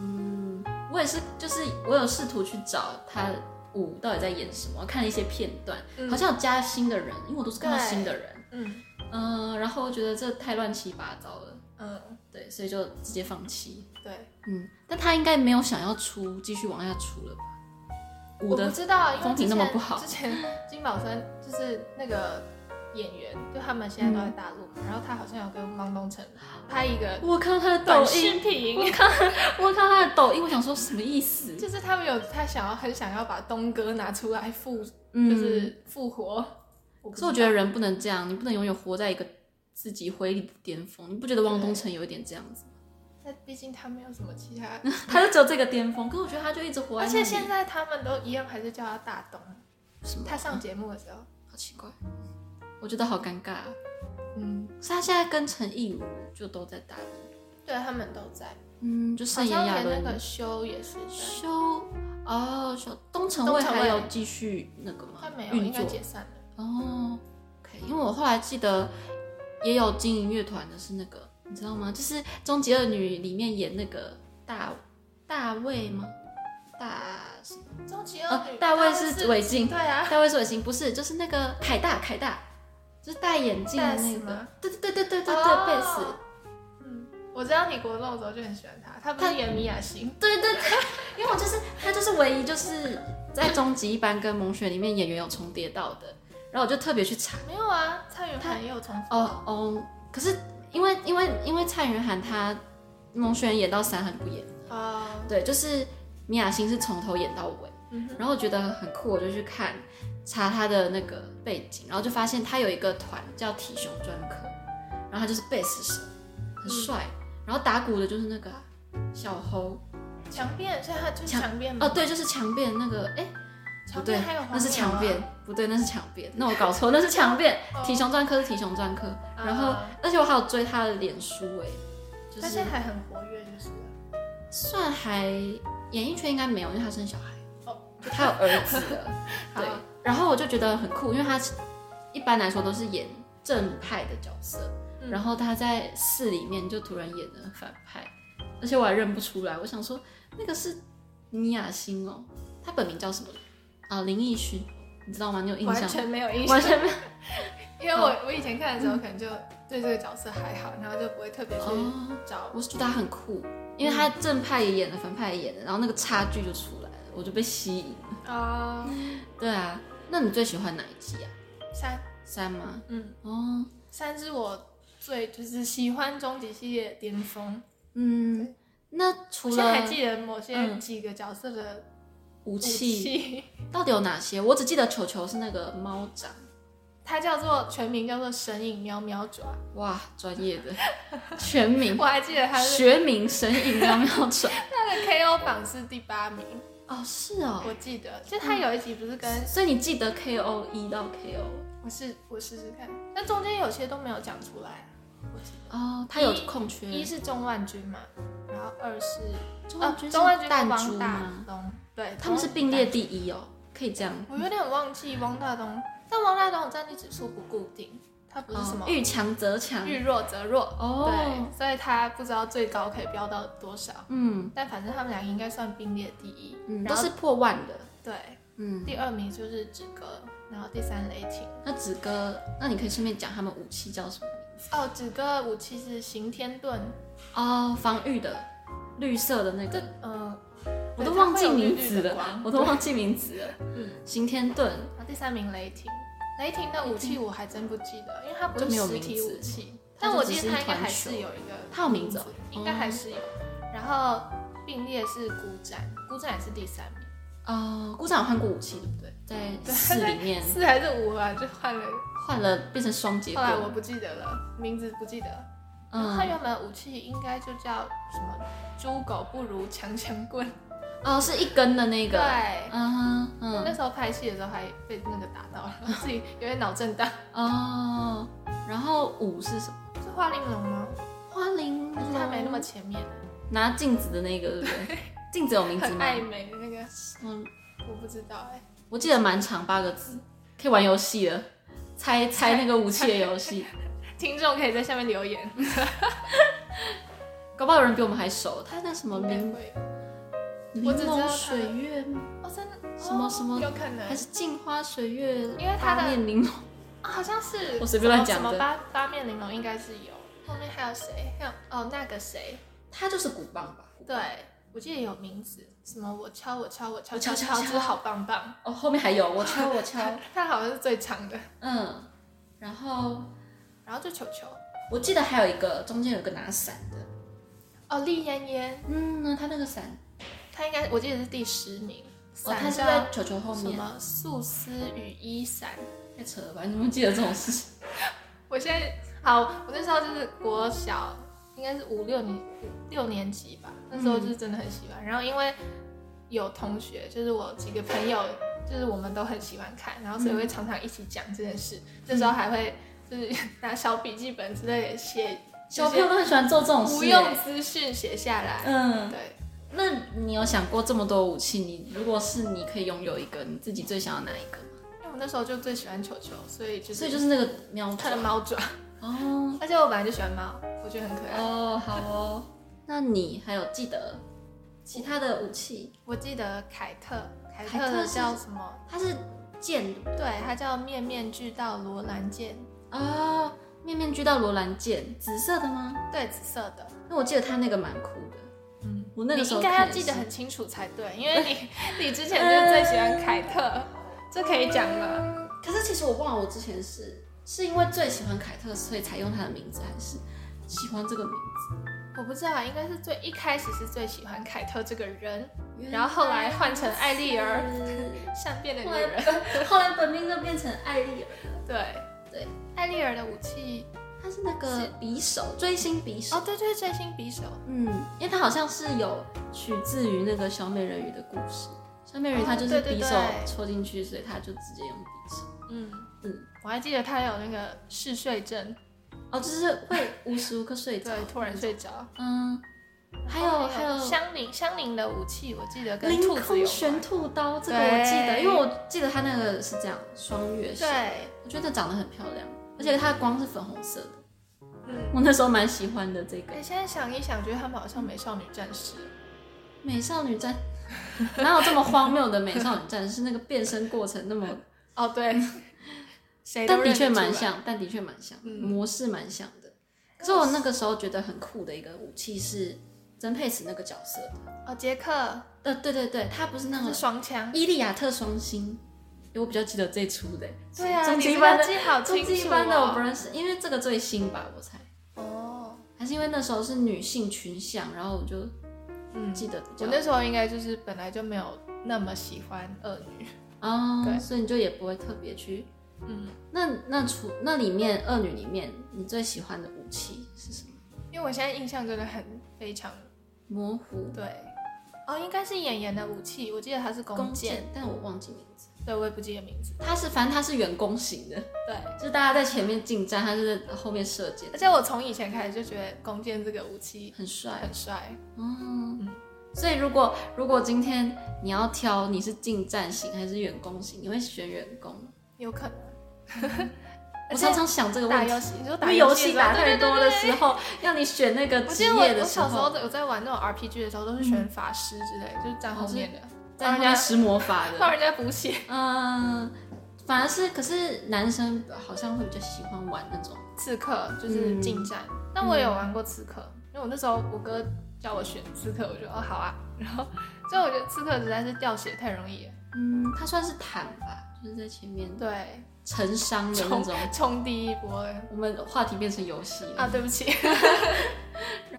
[SPEAKER 1] 嗯，我也是，就是我有试图去找他舞到底在演什么，我看了一些片段，
[SPEAKER 2] 嗯
[SPEAKER 1] 好像有加新的人，因为我都是看到
[SPEAKER 2] 对
[SPEAKER 1] 新的人，
[SPEAKER 2] 嗯
[SPEAKER 1] 嗯、然后我觉得这太乱七八糟了，
[SPEAKER 2] 嗯，
[SPEAKER 1] 对，所以就直接放弃。
[SPEAKER 2] 对，
[SPEAKER 1] 嗯，但他应该没有想要出，继续往下出了吧？舞
[SPEAKER 2] 我不
[SPEAKER 1] 的
[SPEAKER 2] 知道，因为
[SPEAKER 1] 风评
[SPEAKER 2] 之
[SPEAKER 1] 那么
[SPEAKER 2] 前
[SPEAKER 1] 不好
[SPEAKER 2] 之前金宝森就是那个演员，就他们现在都在大陆嘛，然后他好像有跟汪东城拍一个
[SPEAKER 1] 我看到他的抖
[SPEAKER 2] 短视
[SPEAKER 1] 音，
[SPEAKER 2] 频，
[SPEAKER 1] 我看到他的抖音，我想说什么意思？
[SPEAKER 2] 就是他们有他想要很想要把东哥拿出来复，
[SPEAKER 1] 嗯，
[SPEAKER 2] 就是复活。
[SPEAKER 1] 可是我觉得人不能这样，你不能永远活在一个自己回力的巅峰。你不觉得汪东城有一点这样子？
[SPEAKER 2] 那毕竟他没有什么其他，
[SPEAKER 1] 他就只有这个巅峰，可是我觉得他就一直活在
[SPEAKER 2] 而
[SPEAKER 1] 那
[SPEAKER 2] 且
[SPEAKER 1] 里
[SPEAKER 2] 现在他们都一样，还是叫他大东。
[SPEAKER 1] 什么
[SPEAKER 2] 他上节目的时候，
[SPEAKER 1] 好奇怪，我觉得好尴尬、啊。
[SPEAKER 2] 嗯，
[SPEAKER 1] 是他现在跟陈意如就都在打，
[SPEAKER 2] 对他们都在，
[SPEAKER 1] 嗯，就
[SPEAKER 2] 好
[SPEAKER 1] 剩炎
[SPEAKER 2] 像
[SPEAKER 1] 亚
[SPEAKER 2] 连
[SPEAKER 1] 纶
[SPEAKER 2] 那、个修也是在，
[SPEAKER 1] 修哦修东城
[SPEAKER 2] 东
[SPEAKER 1] 卫
[SPEAKER 2] 城
[SPEAKER 1] 还
[SPEAKER 2] 卫
[SPEAKER 1] 有继续那个吗
[SPEAKER 2] 他没？有，
[SPEAKER 1] 运
[SPEAKER 2] 应
[SPEAKER 1] 作
[SPEAKER 2] 该解散了。
[SPEAKER 1] 哦，OK，因为我后来记得也有经营乐团的是那个，你知道吗？就是《终极恶女》里面演那个大大卫吗？大什么
[SPEAKER 2] 终极
[SPEAKER 1] 呃
[SPEAKER 2] 二女，
[SPEAKER 1] 大卫是韦静，
[SPEAKER 2] 对啊，
[SPEAKER 1] 大卫是韦星，不是，就是那个凯大，凯大，就是戴眼镜的那
[SPEAKER 2] Bass
[SPEAKER 1] 个
[SPEAKER 2] 吗，
[SPEAKER 1] 对对对对对对对，
[SPEAKER 2] 哦
[SPEAKER 1] 贝斯，
[SPEAKER 2] 嗯，我知道你国中的时候就很喜欢他，他不是演米雅欣，
[SPEAKER 1] 对 对对，因为我就是他就是唯一就是在终极一班跟萌雪里面演员有重叠到的，然后我就特别去查，
[SPEAKER 2] 没有啊，蔡元涵也有重复，
[SPEAKER 1] 哦哦，可是因为因为因为蔡元涵他萌雪演到三，他就不演，
[SPEAKER 2] 哦，
[SPEAKER 1] 对，就是米雅星是从头演到尾，
[SPEAKER 2] 嗯
[SPEAKER 1] 然后我觉得很酷，我就去看查他的那个背景，然后就发现他有一个团叫体雄专科，然后他就是贝斯手，
[SPEAKER 2] 嗯
[SPEAKER 1] 很帅，然后打鼓的就是那个啊、小猴，
[SPEAKER 2] 强辩，所以他就是强辩吗？
[SPEAKER 1] 哦，对，就是强辩那个，哎，不
[SPEAKER 2] 强
[SPEAKER 1] 对
[SPEAKER 2] 辩嗯还有，黄
[SPEAKER 1] 那是
[SPEAKER 2] 牛啊
[SPEAKER 1] 强辩，，不对，那是强辩，那我搞错，那是强辩，
[SPEAKER 2] 哦
[SPEAKER 1] 体雄专科是体雄专科，然后
[SPEAKER 2] 啊
[SPEAKER 1] 而且我还有追他的脸书，哎，就
[SPEAKER 2] 但
[SPEAKER 1] 是
[SPEAKER 2] 是还很活跃，就是了
[SPEAKER 1] 算还演艺圈应该没有，因为他生小孩，
[SPEAKER 2] 哦，
[SPEAKER 1] 就他有儿子了 对
[SPEAKER 2] 好。
[SPEAKER 1] 然后我就觉得很酷，因为他一般来说都是演正派的角色，
[SPEAKER 2] 嗯
[SPEAKER 1] 然后他在四里面就突然演了反派，而且我还认不出来，我想说那个是倪雅欣哦，她本名叫什么？啊、林奕勋，你知道吗？你有印象
[SPEAKER 2] 完
[SPEAKER 1] 吗？
[SPEAKER 2] 全没有印象
[SPEAKER 1] 完，全没有哦嗯
[SPEAKER 2] 因为我我以前看的时候可能就对这个角色还好，然后就不会特别去
[SPEAKER 1] 哦。
[SPEAKER 2] 找
[SPEAKER 1] 我是觉得他很酷，因为他正派也演了，反派也演了，然后那个差距就出来了，我就被吸引。
[SPEAKER 2] 啊
[SPEAKER 1] 对啊，那你最喜欢哪一集啊？
[SPEAKER 2] 三，
[SPEAKER 1] 三吗？
[SPEAKER 2] 嗯，
[SPEAKER 1] 哦，
[SPEAKER 2] 三是我最就是喜欢终极系列的巅峰，
[SPEAKER 1] 嗯，那除
[SPEAKER 2] 我现在还
[SPEAKER 1] 了
[SPEAKER 2] 记得某些
[SPEAKER 1] 嗯
[SPEAKER 2] 几个角色的
[SPEAKER 1] 武
[SPEAKER 2] 武
[SPEAKER 1] 器，
[SPEAKER 2] 器，
[SPEAKER 1] 到底有哪些？我只记得球球是那个猫掌，
[SPEAKER 2] 它叫做全名叫做神影喵喵爪，
[SPEAKER 1] 哇，专业 的全名
[SPEAKER 2] 我还记得它是
[SPEAKER 1] 学名神隐喵喵 爪。
[SPEAKER 2] 它的 KO 榜是第八名，
[SPEAKER 1] 哦，是哦，
[SPEAKER 2] 我记得，就它有一集不是跟
[SPEAKER 1] 所以你记得 KO 一到 KO
[SPEAKER 2] 我试我试试看，但中间有些都没有讲出来，我记得
[SPEAKER 1] 哦，它有
[SPEAKER 2] 一
[SPEAKER 1] 空缺，
[SPEAKER 2] 一哦是钟万军嘛，然后二是
[SPEAKER 1] 中文
[SPEAKER 2] 军
[SPEAKER 1] 军是
[SPEAKER 2] 钟万军
[SPEAKER 1] 弹
[SPEAKER 2] 跟
[SPEAKER 1] 珠
[SPEAKER 2] 汪大
[SPEAKER 1] 吗？
[SPEAKER 2] 东，对，
[SPEAKER 1] 他们是
[SPEAKER 2] 汪
[SPEAKER 1] 并列第一哦，可以这样。
[SPEAKER 2] 我有点忘记汪大东，但汪大东的战力指数不固定，他不是什么
[SPEAKER 1] 哦遇强则强
[SPEAKER 2] 遇弱则弱，
[SPEAKER 1] 哦，
[SPEAKER 2] 对，所以他不知道最高可以飙到多少，
[SPEAKER 1] 嗯
[SPEAKER 2] 但反正他们俩应该算并列第一，
[SPEAKER 1] 嗯，
[SPEAKER 2] 然
[SPEAKER 1] 都
[SPEAKER 2] 后
[SPEAKER 1] 是破万的，
[SPEAKER 2] 对，
[SPEAKER 1] 嗯。
[SPEAKER 2] 第二名就是志哥，然后第三雷霆，
[SPEAKER 1] 那子哥，那你可以顺便讲他们武器叫什么名字？
[SPEAKER 2] 哦，志哥武器是刑天盾，
[SPEAKER 1] 哦，防御的，绿色的那
[SPEAKER 2] 这
[SPEAKER 1] 个，
[SPEAKER 2] 呃，
[SPEAKER 1] 我
[SPEAKER 2] 对
[SPEAKER 1] 都
[SPEAKER 2] 它
[SPEAKER 1] 忘
[SPEAKER 2] 会
[SPEAKER 1] 记
[SPEAKER 2] 有绿
[SPEAKER 1] 名
[SPEAKER 2] 绿
[SPEAKER 1] 字
[SPEAKER 2] 的
[SPEAKER 1] 了
[SPEAKER 2] 光，
[SPEAKER 1] 我都忘记名字了。
[SPEAKER 2] 嗯
[SPEAKER 1] 刑天盾，
[SPEAKER 2] 然啊后第三名雷霆，雷霆的武器我还真不记得，因为它不
[SPEAKER 1] 就没
[SPEAKER 2] 是
[SPEAKER 1] 有
[SPEAKER 2] 实
[SPEAKER 1] 名
[SPEAKER 2] 体
[SPEAKER 1] 字
[SPEAKER 2] 武器，
[SPEAKER 1] 它就
[SPEAKER 2] 但我
[SPEAKER 1] 只
[SPEAKER 2] 记
[SPEAKER 1] 是
[SPEAKER 2] 得
[SPEAKER 1] 一
[SPEAKER 2] 它应该
[SPEAKER 1] 团
[SPEAKER 2] 还
[SPEAKER 1] 球
[SPEAKER 2] 是有一个，
[SPEAKER 1] 它有名字哦
[SPEAKER 2] 应该还
[SPEAKER 1] 哦
[SPEAKER 2] 是有。然后并列是孤战，孤战也是第三名，
[SPEAKER 1] 呃，姑丈有换过武器对不对？在
[SPEAKER 2] 对
[SPEAKER 1] 四里面
[SPEAKER 2] 四还是五啊？就换了，
[SPEAKER 1] 换了，嗯变成双节
[SPEAKER 2] 后来我
[SPEAKER 1] 棍。
[SPEAKER 2] 不记得了，名字不记得了。然后它
[SPEAKER 1] 嗯，
[SPEAKER 2] 原本的武器应该就叫什么“猪狗不如强强棍
[SPEAKER 1] 哦，是一根的”，那
[SPEAKER 2] 对。
[SPEAKER 1] 个。嗯哼，
[SPEAKER 2] 那
[SPEAKER 1] 嗯，
[SPEAKER 2] 时候拍戏的时候还被那个打到了， 自己有点脑震荡。
[SPEAKER 1] 哦，然后五是什么？
[SPEAKER 2] 是花玲珑吗？
[SPEAKER 1] 花翎
[SPEAKER 2] 但是它没那么前面，
[SPEAKER 1] 拿镜子的那个，对不对？ 镜子有名字
[SPEAKER 2] 很
[SPEAKER 1] 吗？
[SPEAKER 2] 爱美的那个，
[SPEAKER 1] 嗯，
[SPEAKER 2] 我不知道哎、
[SPEAKER 1] 我记得蛮长八个字，可以玩游戏了，猜猜那个武器的游戏，
[SPEAKER 2] 听众可以在下面留言。
[SPEAKER 1] 搞不好有人比我们还熟。他那什么
[SPEAKER 2] 应
[SPEAKER 1] 柠
[SPEAKER 2] 该会
[SPEAKER 1] 柠
[SPEAKER 2] 我只知道
[SPEAKER 1] 檬
[SPEAKER 2] 他
[SPEAKER 1] 水月吗
[SPEAKER 2] 哦，真的
[SPEAKER 1] 什么
[SPEAKER 2] 哦
[SPEAKER 1] 什么
[SPEAKER 2] 有可能
[SPEAKER 1] 还是镜花水月？
[SPEAKER 2] 因为他的
[SPEAKER 1] 八面玲珑
[SPEAKER 2] 啊好像是
[SPEAKER 1] 我随便乱
[SPEAKER 2] 什
[SPEAKER 1] 讲
[SPEAKER 2] 么
[SPEAKER 1] 的
[SPEAKER 2] 什么八八面玲珑应该是有，后面还有谁？还有哦那个谁？
[SPEAKER 1] 他就是鼓棒吧？
[SPEAKER 2] 对，我记得有名字，什么我敲我敲我敲
[SPEAKER 1] 我敲
[SPEAKER 2] 敲
[SPEAKER 1] 敲
[SPEAKER 2] 之
[SPEAKER 1] 敲
[SPEAKER 2] 好棒棒，
[SPEAKER 1] 哦，后面还有我敲我 敲，
[SPEAKER 2] 它好像是最长的。
[SPEAKER 1] 嗯，然后
[SPEAKER 2] 然后就球球
[SPEAKER 1] 我记得还有一个中间有一个拿伞的，
[SPEAKER 2] 哦厉嫣嫣，
[SPEAKER 1] 嗯，那他那个伞，
[SPEAKER 2] 她应该我记得是第十名，
[SPEAKER 1] 哦，他
[SPEAKER 2] 伞
[SPEAKER 1] 是
[SPEAKER 2] 叫
[SPEAKER 1] 在球球后
[SPEAKER 2] 什
[SPEAKER 1] 面，
[SPEAKER 2] 么素丝雨衣伞。
[SPEAKER 1] 太扯了吧？你怎么记得这种事情？
[SPEAKER 2] 我现在好，我那时候就是国小，应该是五六年五六年级吧，那时候就是真的很喜欢。然后因为有同学，就是我几个朋友，就是我们都很喜欢看，然后所以会常常一起讲这件事。这时候还会就是拿小笔记本之类的写
[SPEAKER 1] 小朋友都很喜欢做这种
[SPEAKER 2] 这
[SPEAKER 1] 事、
[SPEAKER 2] 些无用资讯写下来。
[SPEAKER 1] 嗯。
[SPEAKER 2] 对，
[SPEAKER 1] 那你有想过这么多武器，你如果是你可以拥有一个，你自己最想要哪一个吗？
[SPEAKER 2] 因为我那时候就最喜欢球球，所以就是
[SPEAKER 1] 所以 就是那个喵爪
[SPEAKER 2] 它的猫爪，
[SPEAKER 1] 哦
[SPEAKER 2] 而且我本来就喜欢猫，我觉得很可爱。
[SPEAKER 1] 哦好哦。那你还有记得其他的武器？
[SPEAKER 2] 我记得凯特，凯
[SPEAKER 1] 凯
[SPEAKER 2] 特的
[SPEAKER 1] 特是
[SPEAKER 2] 叫什么？
[SPEAKER 1] 它是剑
[SPEAKER 2] 对，它叫面面俱到罗兰剑，
[SPEAKER 1] 哦，面面俱到罗兰剑，紫色的吗？
[SPEAKER 2] 对，紫色的。
[SPEAKER 1] 那我记得它那个蛮酷的。
[SPEAKER 2] 嗯，
[SPEAKER 1] 我那个
[SPEAKER 2] 你
[SPEAKER 1] 时候
[SPEAKER 2] 应该
[SPEAKER 1] 看
[SPEAKER 2] 要
[SPEAKER 1] 的
[SPEAKER 2] 记得
[SPEAKER 1] 是
[SPEAKER 2] 很清楚才对，因为你你 之前就是最喜欢凯特，
[SPEAKER 1] 嗯
[SPEAKER 2] 这可以讲吗？
[SPEAKER 1] 可是其实我忘了，我之前是是因为最喜欢凯特，所以才用他的名字，还是喜欢这个名字？
[SPEAKER 2] 我不知道，应该是最一开始是最喜欢凯特这个人，然后后来换成艾丽儿善变的女
[SPEAKER 1] 后来
[SPEAKER 2] 人。
[SPEAKER 1] 本后来本命就变成艾丽儿，
[SPEAKER 2] 对
[SPEAKER 1] 对，
[SPEAKER 2] 艾丽儿的武器
[SPEAKER 1] 她是那个
[SPEAKER 2] 是
[SPEAKER 1] 匕首，追星匕首。
[SPEAKER 2] 哦，对对，最新匕首。
[SPEAKER 1] 嗯，因为它好像是有取自于那个小美人鱼的故事。小美人鱼她就是
[SPEAKER 2] 哦对对
[SPEAKER 1] 匕
[SPEAKER 2] 对
[SPEAKER 1] 首戳进去，所以她就直接用匕首。
[SPEAKER 2] 嗯
[SPEAKER 1] 嗯
[SPEAKER 2] 嗯，我还记得她有那个嗜睡症，
[SPEAKER 1] 哦，就是会无时无刻睡着。
[SPEAKER 2] 对，突然睡着。哦
[SPEAKER 1] 嗯，还有还有
[SPEAKER 2] 香菱，香菱的武器我记得跟
[SPEAKER 1] 凌
[SPEAKER 2] 兔子有
[SPEAKER 1] 空
[SPEAKER 2] 关
[SPEAKER 1] 悬。兔刀，这个我记得，
[SPEAKER 2] 对
[SPEAKER 1] 因为我记得它那个是这样双月形，
[SPEAKER 2] 对，
[SPEAKER 1] 我觉得长得很漂亮，而且它的光是粉红色的，
[SPEAKER 2] 嗯。
[SPEAKER 1] 我那时候蛮喜欢的这个
[SPEAKER 2] 你哎现在想一想，觉得他们好像美少女战士。
[SPEAKER 1] 美少女战， 哪有这么荒谬的美少女战士？那个变身过程 那么，
[SPEAKER 2] 哦，对，谁
[SPEAKER 1] 但
[SPEAKER 2] 都
[SPEAKER 1] 的
[SPEAKER 2] 认
[SPEAKER 1] 确
[SPEAKER 2] 得出来
[SPEAKER 1] 蛮。像，但的确蛮像，
[SPEAKER 2] 嗯
[SPEAKER 1] 模式蛮像的。可是我那个时候觉得很酷的一个武器是曾沛慈那个角色，
[SPEAKER 2] 哦，杰克
[SPEAKER 1] 呃，对对对，他不是那
[SPEAKER 2] 是
[SPEAKER 1] 种
[SPEAKER 2] 双枪。
[SPEAKER 1] 伊利亚特双星，诶我比较记得这出的，
[SPEAKER 2] 对 啊，
[SPEAKER 1] 终
[SPEAKER 2] 你
[SPEAKER 1] 极
[SPEAKER 2] 这
[SPEAKER 1] 班
[SPEAKER 2] 个
[SPEAKER 1] 的
[SPEAKER 2] 记好
[SPEAKER 1] 中
[SPEAKER 2] 清楚、
[SPEAKER 1] 级
[SPEAKER 2] 哦。
[SPEAKER 1] 班的我不认识，因为这个最新吧，我猜，
[SPEAKER 2] 哦，
[SPEAKER 1] 还是因为那时候是女性群像，然后我就
[SPEAKER 2] 嗯，
[SPEAKER 1] 记得比较
[SPEAKER 2] 我那时候应该就是本来就没有那么喜欢恶女。
[SPEAKER 1] 哦，
[SPEAKER 2] 对
[SPEAKER 1] 所以你就也不会特别去。
[SPEAKER 2] 嗯，
[SPEAKER 1] 那那除那里面二女里面，你最喜欢的武器是什么？
[SPEAKER 2] 因为我现在印象真的很非常
[SPEAKER 1] 模糊
[SPEAKER 2] 对。哦，应该是演员的武器，我记得他是弓箭，
[SPEAKER 1] 弓箭，但我忘记名字。
[SPEAKER 2] 对我也不记得名字。
[SPEAKER 1] 它是反正它是远攻型的，
[SPEAKER 2] 对，
[SPEAKER 1] 就是大家在前面近战，它是在后面射箭
[SPEAKER 2] 而，且我从以前开始就觉得弓箭这个武器
[SPEAKER 1] 很帅。
[SPEAKER 2] 很帅。
[SPEAKER 1] 嗯，所以如果如果今天你要挑你是近战型还是远攻型，你会选远攻？
[SPEAKER 2] 有可能。
[SPEAKER 1] 我常常想这个
[SPEAKER 2] 打
[SPEAKER 1] 问题，
[SPEAKER 2] 游戏，你说
[SPEAKER 1] 因
[SPEAKER 2] 打
[SPEAKER 1] 为游
[SPEAKER 2] 戏
[SPEAKER 1] 戏打太多的
[SPEAKER 2] 候
[SPEAKER 1] 时候，让你选那个
[SPEAKER 2] 对对对对对。我
[SPEAKER 1] 职
[SPEAKER 2] 记得
[SPEAKER 1] 业
[SPEAKER 2] 我
[SPEAKER 1] 的
[SPEAKER 2] 我
[SPEAKER 1] 时
[SPEAKER 2] 小时候
[SPEAKER 1] 候，嗯
[SPEAKER 2] 都有在玩那种 RPG 的时候，都是选法师之类，就是站后面的，
[SPEAKER 1] 哦在后面施魔法 的
[SPEAKER 2] 帮，人家补血。
[SPEAKER 1] 嗯，反而是可是男生好像会比较喜欢玩那种，
[SPEAKER 2] 刺客
[SPEAKER 1] 嗯
[SPEAKER 2] 就是近战，但我也有玩过刺客，因为我那时候我哥叫我选刺客，我就哦好啊，然后就我觉得刺客实在是掉血太容易了，
[SPEAKER 1] 嗯，他算是坦吧，就是在前面
[SPEAKER 2] 对，
[SPEAKER 1] 承伤的那种。
[SPEAKER 2] 冲第一波
[SPEAKER 1] 我们话题变成游戏了，
[SPEAKER 2] 啊，对不起，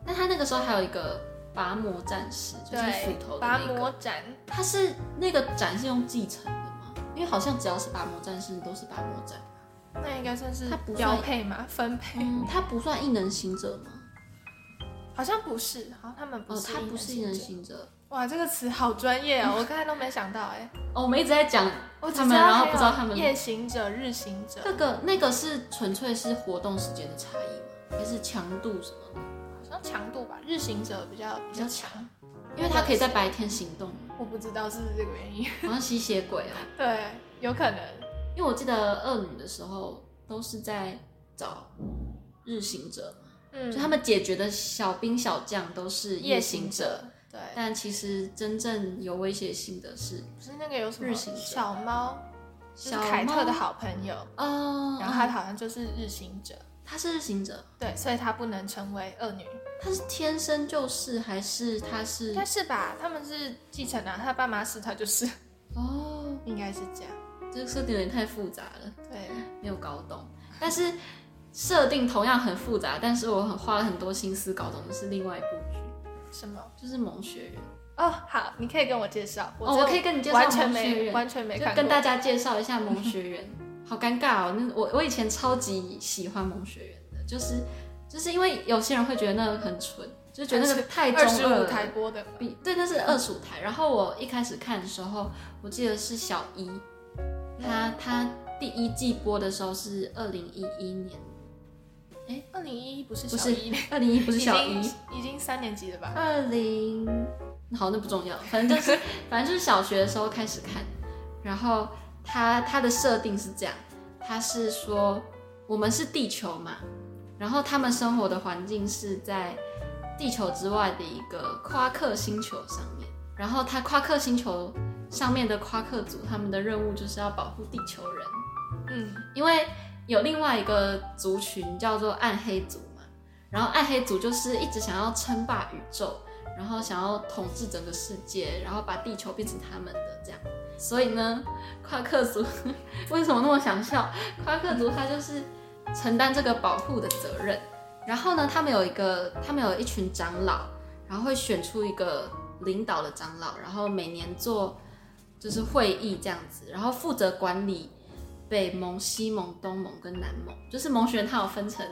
[SPEAKER 1] 但他那个时候还有一个拔魔战士，就是斧
[SPEAKER 2] 对，
[SPEAKER 1] 头的
[SPEAKER 2] 拔
[SPEAKER 1] 那个，
[SPEAKER 2] 魔斩，
[SPEAKER 1] 他是那个斩是用继承的吗？因为好像只要是拔魔战士都是拔魔斩。
[SPEAKER 2] 那应该算是
[SPEAKER 1] 它不算
[SPEAKER 2] 标配嘛，分配
[SPEAKER 1] 嗯，他不算异能行者吗？
[SPEAKER 2] 好像不是，好像他们不
[SPEAKER 1] 哦，
[SPEAKER 2] 是，
[SPEAKER 1] 他不是异能。行者。
[SPEAKER 2] 哇，这个词好专业哦，我刚才都没想到哎、
[SPEAKER 1] 哦，我们一直在讲
[SPEAKER 2] 我只
[SPEAKER 1] 他们，
[SPEAKER 2] 知道
[SPEAKER 1] 然
[SPEAKER 2] 还
[SPEAKER 1] 后
[SPEAKER 2] 有
[SPEAKER 1] 不知道他们
[SPEAKER 2] 夜行者、日行者，
[SPEAKER 1] 那个那个是纯粹是活动时间的差异吗？还是强度什么的？
[SPEAKER 2] 好像强度吧，日行者比较
[SPEAKER 1] 比较
[SPEAKER 2] 强，
[SPEAKER 1] 因为他可以在白天行动，
[SPEAKER 2] 我不知道是不是这个原因。
[SPEAKER 1] 好像吸血鬼哦。
[SPEAKER 2] 对，有可能。
[SPEAKER 1] 因为我记得恶女的时候都是在找日行者，
[SPEAKER 2] 嗯
[SPEAKER 1] 就他们解决的小兵小将都是
[SPEAKER 2] 夜
[SPEAKER 1] 夜
[SPEAKER 2] 行
[SPEAKER 1] 行
[SPEAKER 2] 者
[SPEAKER 1] 者，，
[SPEAKER 2] 对，
[SPEAKER 1] 但其实真正有威胁性的是
[SPEAKER 2] 不是那个有什么
[SPEAKER 1] 日行者
[SPEAKER 2] 小猫，就是
[SPEAKER 1] 小
[SPEAKER 2] 凯特
[SPEAKER 1] 猫
[SPEAKER 2] 的好朋友，
[SPEAKER 1] 哦，
[SPEAKER 2] 然后他好像就是日行者，
[SPEAKER 1] 他是日行者，
[SPEAKER 2] 对，所以他不能成为恶女。
[SPEAKER 1] 他是天生就是还是他是
[SPEAKER 2] 但是吧，他们是继承啊，他爸妈是，他就是，
[SPEAKER 1] 哦，
[SPEAKER 2] 应该是这样。
[SPEAKER 1] 这个设定有点太复杂了，
[SPEAKER 2] 对，
[SPEAKER 1] 没有搞懂。但是设定同样很复杂，但是我很花了很多心思搞懂的是另外一部剧，
[SPEAKER 2] 什么？
[SPEAKER 1] 就是《萌学园
[SPEAKER 2] 哦，好，你可以跟我介绍，我
[SPEAKER 1] 哦
[SPEAKER 2] 真的
[SPEAKER 1] 我可以跟你介绍
[SPEAKER 2] 完全
[SPEAKER 1] 蒙学
[SPEAKER 2] 没
[SPEAKER 1] 园
[SPEAKER 2] 完全》，没
[SPEAKER 1] 就
[SPEAKER 2] 看过，
[SPEAKER 1] 跟大家介绍一下《萌学园》，好尴尬哦。那我我以前超级喜欢《萌学园》的，就是就是因为有些人会觉得那个很蠢，就觉得那个太中
[SPEAKER 2] 二十
[SPEAKER 1] 二
[SPEAKER 2] 五
[SPEAKER 1] 了。
[SPEAKER 2] 台播的嘛，
[SPEAKER 1] 比对，那是二十五台。然后我一开始看的时候，我记得是小一，他他第一季播的时候是二零一一年，
[SPEAKER 2] 二零一一不是
[SPEAKER 1] 不
[SPEAKER 2] 小
[SPEAKER 1] 是
[SPEAKER 2] 一，
[SPEAKER 1] 二零一不是小
[SPEAKER 2] 已
[SPEAKER 1] 一
[SPEAKER 2] 经，已经三年级了吧？
[SPEAKER 1] 二零好那不重要，反正就是反正就是小学的时候开始看，然后他他的设定是这样，他是说我们是地球嘛，然后他们生活的环境是在地球之外的一个夸克星球上面，然后他夸克星球上面的夸克族他们的任务就是要保护地球人，
[SPEAKER 2] 嗯，
[SPEAKER 1] 因为有另外一个族群叫做暗黑族嘛，然后暗黑族就是一直想要称霸宇宙，然后想要统治整个世界，然后把地球变成他们的这样。所以呢，夸克族 为什么那么想笑？夸克族他就是承担这个保护的责任。然后呢，他们有一个，他们有一群长老，然后会选出一个领导的长老，然后每年做就是会议这样子，然后负责管理北盟、西盟、东盟跟南盟，就是盟学院它有分成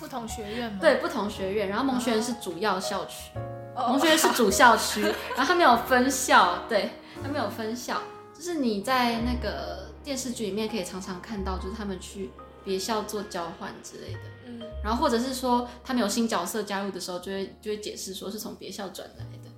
[SPEAKER 2] 不同学院吗？
[SPEAKER 1] 对不同学院，然后盟学院是主要校区，
[SPEAKER 2] 哦，
[SPEAKER 1] 盟学院是主校区，然后它没有分校，对，它没有分校，就是你在那个电视剧里面可以常常看到，就是他们去别校做交换之类的。
[SPEAKER 2] 嗯，
[SPEAKER 1] 然后或者是说他们有新角色加入的时候，就会就会解释说是从别校转来的，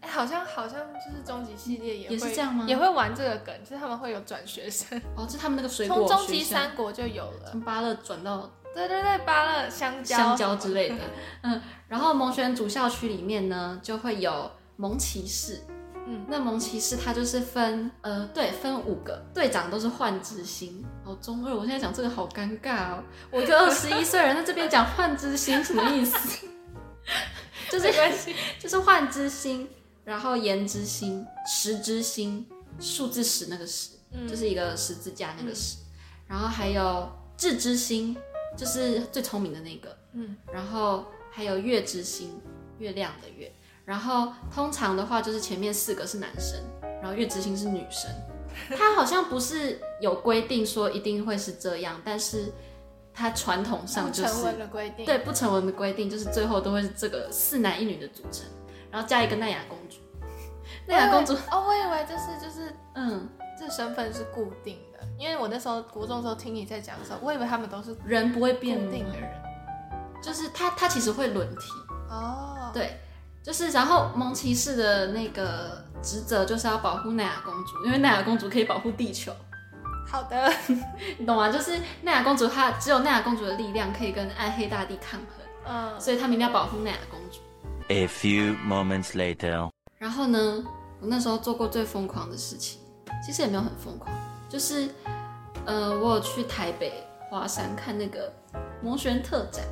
[SPEAKER 2] 哎、好像好像就是终极系列也会
[SPEAKER 1] 也是这样吗？
[SPEAKER 2] 也会玩这个梗，就是他们会有转学生，
[SPEAKER 1] 哦，就他们那个水
[SPEAKER 2] 从
[SPEAKER 1] 果
[SPEAKER 2] 终
[SPEAKER 1] 学
[SPEAKER 2] 极
[SPEAKER 1] 校，
[SPEAKER 2] 三国就有了。
[SPEAKER 1] 从芭乐转到
[SPEAKER 2] 对对对，芭乐、香蕉、
[SPEAKER 1] 香蕉之 类的，嗯，然后蒙选主校区里面呢，就会有蒙骑士，
[SPEAKER 2] 嗯，
[SPEAKER 1] 那蒙骑士它就是分呃对分五个队长都是幻之星，哦中二，我现在讲这个好尴尬哦，我一个二十一岁人在这边讲幻之星什么意思？ 就是
[SPEAKER 2] 没 关系。
[SPEAKER 1] 就是幻之星，然后言之星、十之星、数字十那个十，
[SPEAKER 2] 嗯
[SPEAKER 1] 就是一个十字架那个十，然后还有智之星，就是最聪明的那个，
[SPEAKER 2] 嗯，
[SPEAKER 1] 然后还有月之星，月亮的月，然后通常的话就是前面四个是男生，然后月之星是女 生，它好像不是有规定说一定会是这样，但是它传统上
[SPEAKER 2] 不
[SPEAKER 1] 就是
[SPEAKER 2] 成文的规定。
[SPEAKER 1] 对不成文的规定，就是最后都会是这个四男一女的组成，然后加一个奈雅公主。奈雅公主，
[SPEAKER 2] 我以为哦，我以为就是就是
[SPEAKER 1] 嗯，
[SPEAKER 2] 这身份是固定的，因为我那时候国中的时候听你在讲的时候，我以为他们都是固
[SPEAKER 1] 人不会变吗
[SPEAKER 2] 定的人。
[SPEAKER 1] 就是她她其实会轮替，
[SPEAKER 2] 哦，
[SPEAKER 1] 对，就是然后蒙骑士的那个职责就是要保护奈雅公主，因为奈雅公主可以保护地球，
[SPEAKER 2] 好的，
[SPEAKER 1] 你懂吗？就是奈雅公主她只有奈雅公主的力量可以跟暗黑大帝抗衡，
[SPEAKER 2] 嗯，
[SPEAKER 1] 所以他们一定要保护奈雅公主。
[SPEAKER 3] A few moments later.
[SPEAKER 1] 然后呢，我那时候做过最疯狂的事情，其实也没有很疯狂，就是呃，我有去台北华山看那个摩旋特展，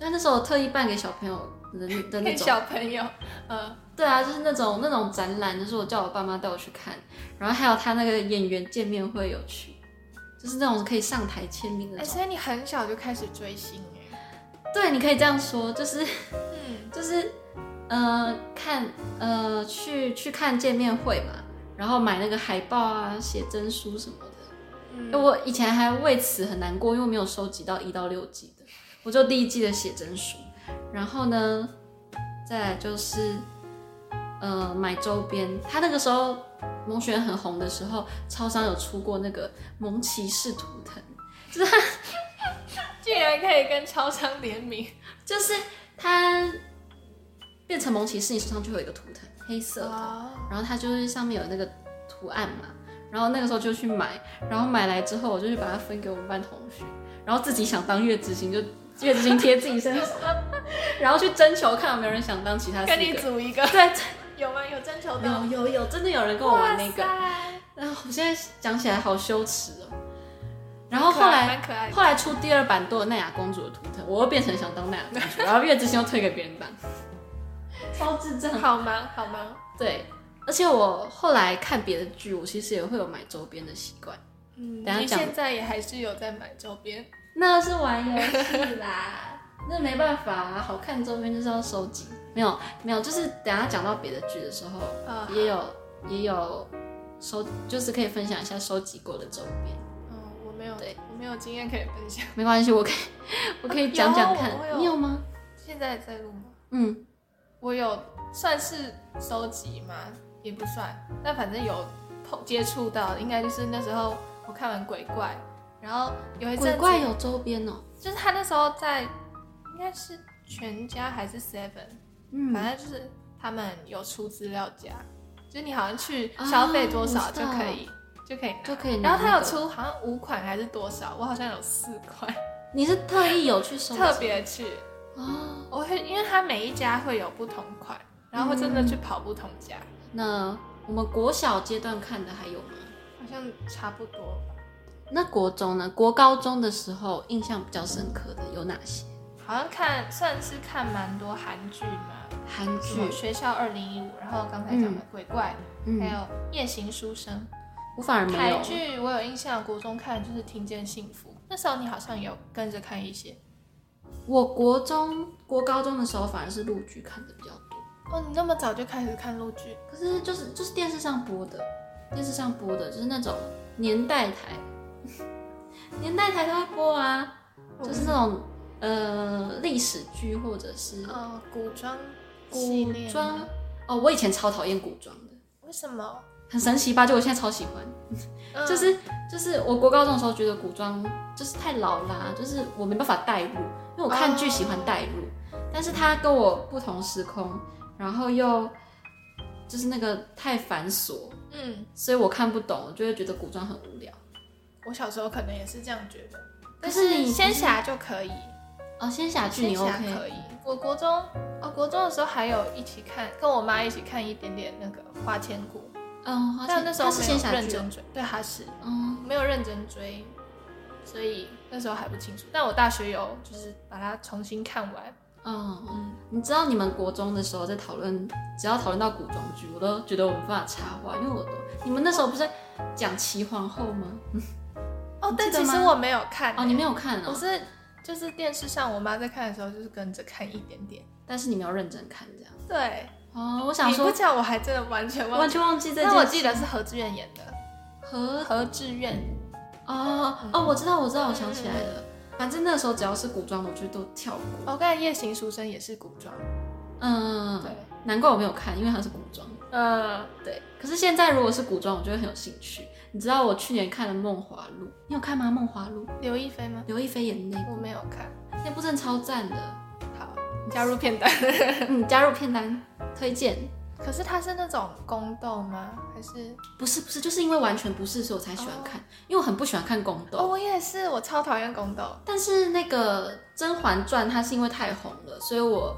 [SPEAKER 1] 就那时候我特意办给小朋友的那的那
[SPEAKER 2] 骗
[SPEAKER 1] 种，
[SPEAKER 2] 小朋友，嗯，
[SPEAKER 1] 对啊，就是那种那种展览，就是我叫我爸妈带我去看，然后还有他那个演员见面会有去，就是那种可以上台签名的
[SPEAKER 2] 哎、
[SPEAKER 1] 那种。
[SPEAKER 2] 所以你很小就开始追星哎，
[SPEAKER 1] 对，你可以这样说，就是
[SPEAKER 2] 嗯，
[SPEAKER 1] 就是呃看呃去去看见面会嘛，然后买那个海报啊、写真书什么的。
[SPEAKER 2] 嗯
[SPEAKER 1] 我以前还为此很难过，因为我没有收集到一到六季的，我就第一季的写真书。然后呢，再来就是呃买周边，他那个时候。萌学很红的时候，超商有出过那个萌骑士图腾，
[SPEAKER 2] 竟然可以跟超商联名，
[SPEAKER 1] 就是它变成萌骑士，你手上就会有一个图腾，黑色的，
[SPEAKER 2] 哦，
[SPEAKER 1] 然后它就是上面有那个图案嘛，然后那个时候就去买，然后买来之后我就去把它分给我们班同学，然后自己想当月之星就月之星贴自己身 上，然后去征求看有没有人想当其他四
[SPEAKER 2] 跟你
[SPEAKER 1] 个。
[SPEAKER 2] 组一个，
[SPEAKER 1] 对，
[SPEAKER 2] 有吗？有征求到
[SPEAKER 1] 有
[SPEAKER 2] 吗？
[SPEAKER 1] 有有，真的有人跟我玩那个，
[SPEAKER 2] 哇塞
[SPEAKER 1] 然哎后我现在想起来好羞耻哦。然后后来
[SPEAKER 2] 蛮可爱的，
[SPEAKER 1] 后来出第二版都有奈雅公主的图腾，我又变成想当奈雅 公主，然后月之星又推给别人当，超智障。
[SPEAKER 2] 好吗？好吗？
[SPEAKER 1] 对，而且我后来看别的剧，我其实也会有买周边的习惯。
[SPEAKER 2] 嗯，
[SPEAKER 1] 等下
[SPEAKER 2] 你
[SPEAKER 1] 讲
[SPEAKER 2] 现在也还是有在买周边，
[SPEAKER 1] 那是玩游戏啦， 那没办法、啊，好看周边就是要收集。没有没有，就是等一下讲到别的剧的时候，
[SPEAKER 2] 啊
[SPEAKER 1] 也有也有收，就是可以分享一下收集过的周边。
[SPEAKER 2] 嗯，我没有，
[SPEAKER 1] 对
[SPEAKER 2] 我没有经验可以分享。
[SPEAKER 1] 没关系，我可以我可以讲讲看
[SPEAKER 2] 有我，有
[SPEAKER 1] 你有吗？
[SPEAKER 2] 现在在录吗？
[SPEAKER 1] 嗯，
[SPEAKER 2] 我有算是收集吗？也不算，但反正有碰接触到，应该就是那时候我看完鬼怪，然后有一阵
[SPEAKER 1] 鬼
[SPEAKER 2] 子
[SPEAKER 1] 怪有周边哦，
[SPEAKER 2] 就是他那时候在，应该是全家还是 Seven，、
[SPEAKER 1] 嗯，
[SPEAKER 2] 反正就是他们有出资料夹，就是你好像去消费多
[SPEAKER 1] 啊
[SPEAKER 2] 少
[SPEAKER 1] 我知
[SPEAKER 2] 就
[SPEAKER 1] 道嗯
[SPEAKER 2] 可以、就可以拿。
[SPEAKER 1] 就可以拿那
[SPEAKER 2] 然后
[SPEAKER 1] 个。
[SPEAKER 2] 他有出好像五款还是多少，我好像有四款，
[SPEAKER 1] 你是特意有去收集
[SPEAKER 2] 特别去，
[SPEAKER 1] 哦。
[SPEAKER 2] 我会因为他每一家会有不同款，然后会真的
[SPEAKER 1] 嗯
[SPEAKER 2] 去跑不同家，
[SPEAKER 1] 那我们国小阶段看的还有吗？
[SPEAKER 2] 好像差不多吧。
[SPEAKER 1] 那国中呢？国高中的时候印象比较深刻的有哪些？
[SPEAKER 2] 好像看算是看蛮多韩剧嘛，
[SPEAKER 1] 韩
[SPEAKER 2] 什么
[SPEAKER 1] 剧
[SPEAKER 2] 《学校二零一五》，然后刚才讲的
[SPEAKER 1] 嗯
[SPEAKER 2] 《鬼怪》还有
[SPEAKER 1] 嗯，
[SPEAKER 2] 《夜行书生》。
[SPEAKER 1] 我反而没
[SPEAKER 2] 台
[SPEAKER 1] 有。
[SPEAKER 2] 剧我有印象，国中看就是《听见幸福》，那时候你好像有跟着看一些，
[SPEAKER 1] 我国中、国高中的时候反而是陆剧看的比较多，
[SPEAKER 2] 哦，你那么早就开始看陆剧，
[SPEAKER 1] 可是就是就是电视上播的，电视上播的就是那种年代台， 年代台都会播啊，就是那种呃历史剧或者是
[SPEAKER 2] 呃，古装系
[SPEAKER 1] 古
[SPEAKER 2] 列
[SPEAKER 1] 装
[SPEAKER 2] 吗，。
[SPEAKER 1] 哦，我以前超讨厌古装的，
[SPEAKER 2] 为什么？
[SPEAKER 1] 很神奇吧？就我现在超喜欢。
[SPEAKER 2] 嗯
[SPEAKER 1] 就是就是我国高中的时候觉得古装就是太老啦，就是我没办法代入，因为我看剧喜欢代入，但是它跟我不同时空，然后又就是那个太繁琐，
[SPEAKER 2] 嗯，
[SPEAKER 1] 所以我看不懂，我就会觉得古装很无聊。
[SPEAKER 2] 我小时候可能也是这样觉得，
[SPEAKER 1] 可
[SPEAKER 2] 但
[SPEAKER 1] 是你
[SPEAKER 2] 是仙侠就可以，
[SPEAKER 1] 哦，仙侠剧
[SPEAKER 2] 仙
[SPEAKER 1] 你
[SPEAKER 2] 侠
[SPEAKER 1] OK？
[SPEAKER 2] 可以。我国中哦，国中的时候还有一起看，跟我妈一起看一点点那个《花千骨》，
[SPEAKER 1] 嗯，好像
[SPEAKER 2] 但那时候
[SPEAKER 1] 它是
[SPEAKER 2] 没
[SPEAKER 1] 仙
[SPEAKER 2] 有
[SPEAKER 1] 侠
[SPEAKER 2] 认
[SPEAKER 1] 剧哦，
[SPEAKER 2] 真追，对，它是
[SPEAKER 1] 嗯，
[SPEAKER 2] 没有认真追，所以那时候还不清楚。但我大学有就是把它重新看完，
[SPEAKER 1] 嗯，
[SPEAKER 2] 嗯，
[SPEAKER 1] 你知道你们国中的时候在讨论，只要讨论到古装剧，我都觉得我没办法插话，因为我都你们那时候不是在讲齐皇后吗？
[SPEAKER 2] 哦，
[SPEAKER 1] 你
[SPEAKER 2] 但
[SPEAKER 1] 记得
[SPEAKER 2] 其实
[SPEAKER 1] 吗
[SPEAKER 2] 我没有看、欸
[SPEAKER 1] 哦，你没有看
[SPEAKER 2] 我
[SPEAKER 1] 哦，
[SPEAKER 2] 是就是电视上我妈在看的时候，就是跟着看一点点。
[SPEAKER 1] 但是你没有认真看这样。
[SPEAKER 2] 对，
[SPEAKER 1] 哦，我想
[SPEAKER 2] 你不
[SPEAKER 1] 说
[SPEAKER 2] 讲我还真的完全忘
[SPEAKER 1] 完
[SPEAKER 2] 记。
[SPEAKER 1] 全忘记这件
[SPEAKER 2] 但
[SPEAKER 1] 事。
[SPEAKER 2] 我记得是何志远演的，
[SPEAKER 1] 和
[SPEAKER 2] 何志远
[SPEAKER 1] 哦哦，我知道我知道，我想起来了。反正那时候只要是古装，我就都跳过。
[SPEAKER 2] 哦，刚才夜行书生也是古装，
[SPEAKER 1] 嗯，
[SPEAKER 2] 对，
[SPEAKER 1] 难怪我没有看，因为它是古装。
[SPEAKER 2] 呃，
[SPEAKER 1] 对，可是现在如果是古装，我就会很有兴趣。你知道我去年看了《梦华录》，你有看吗？《梦华录》
[SPEAKER 2] 刘亦菲吗？
[SPEAKER 1] 刘亦菲演的那
[SPEAKER 2] 我
[SPEAKER 1] 部，
[SPEAKER 2] 没有看。
[SPEAKER 1] 那部真的超赞的。
[SPEAKER 2] 好，加入片 段。
[SPEAKER 1] 嗯，加入片单推荐。
[SPEAKER 2] 可是它是那种宫斗吗？还是？
[SPEAKER 1] 不是不是，就是因为完全不是，所以我才喜欢看，因为我很不喜欢看宫斗。
[SPEAKER 2] 哦，我也是，我超讨厌宫斗。
[SPEAKER 1] 但是那个《甄嬛传》，它是因为太红了，所以我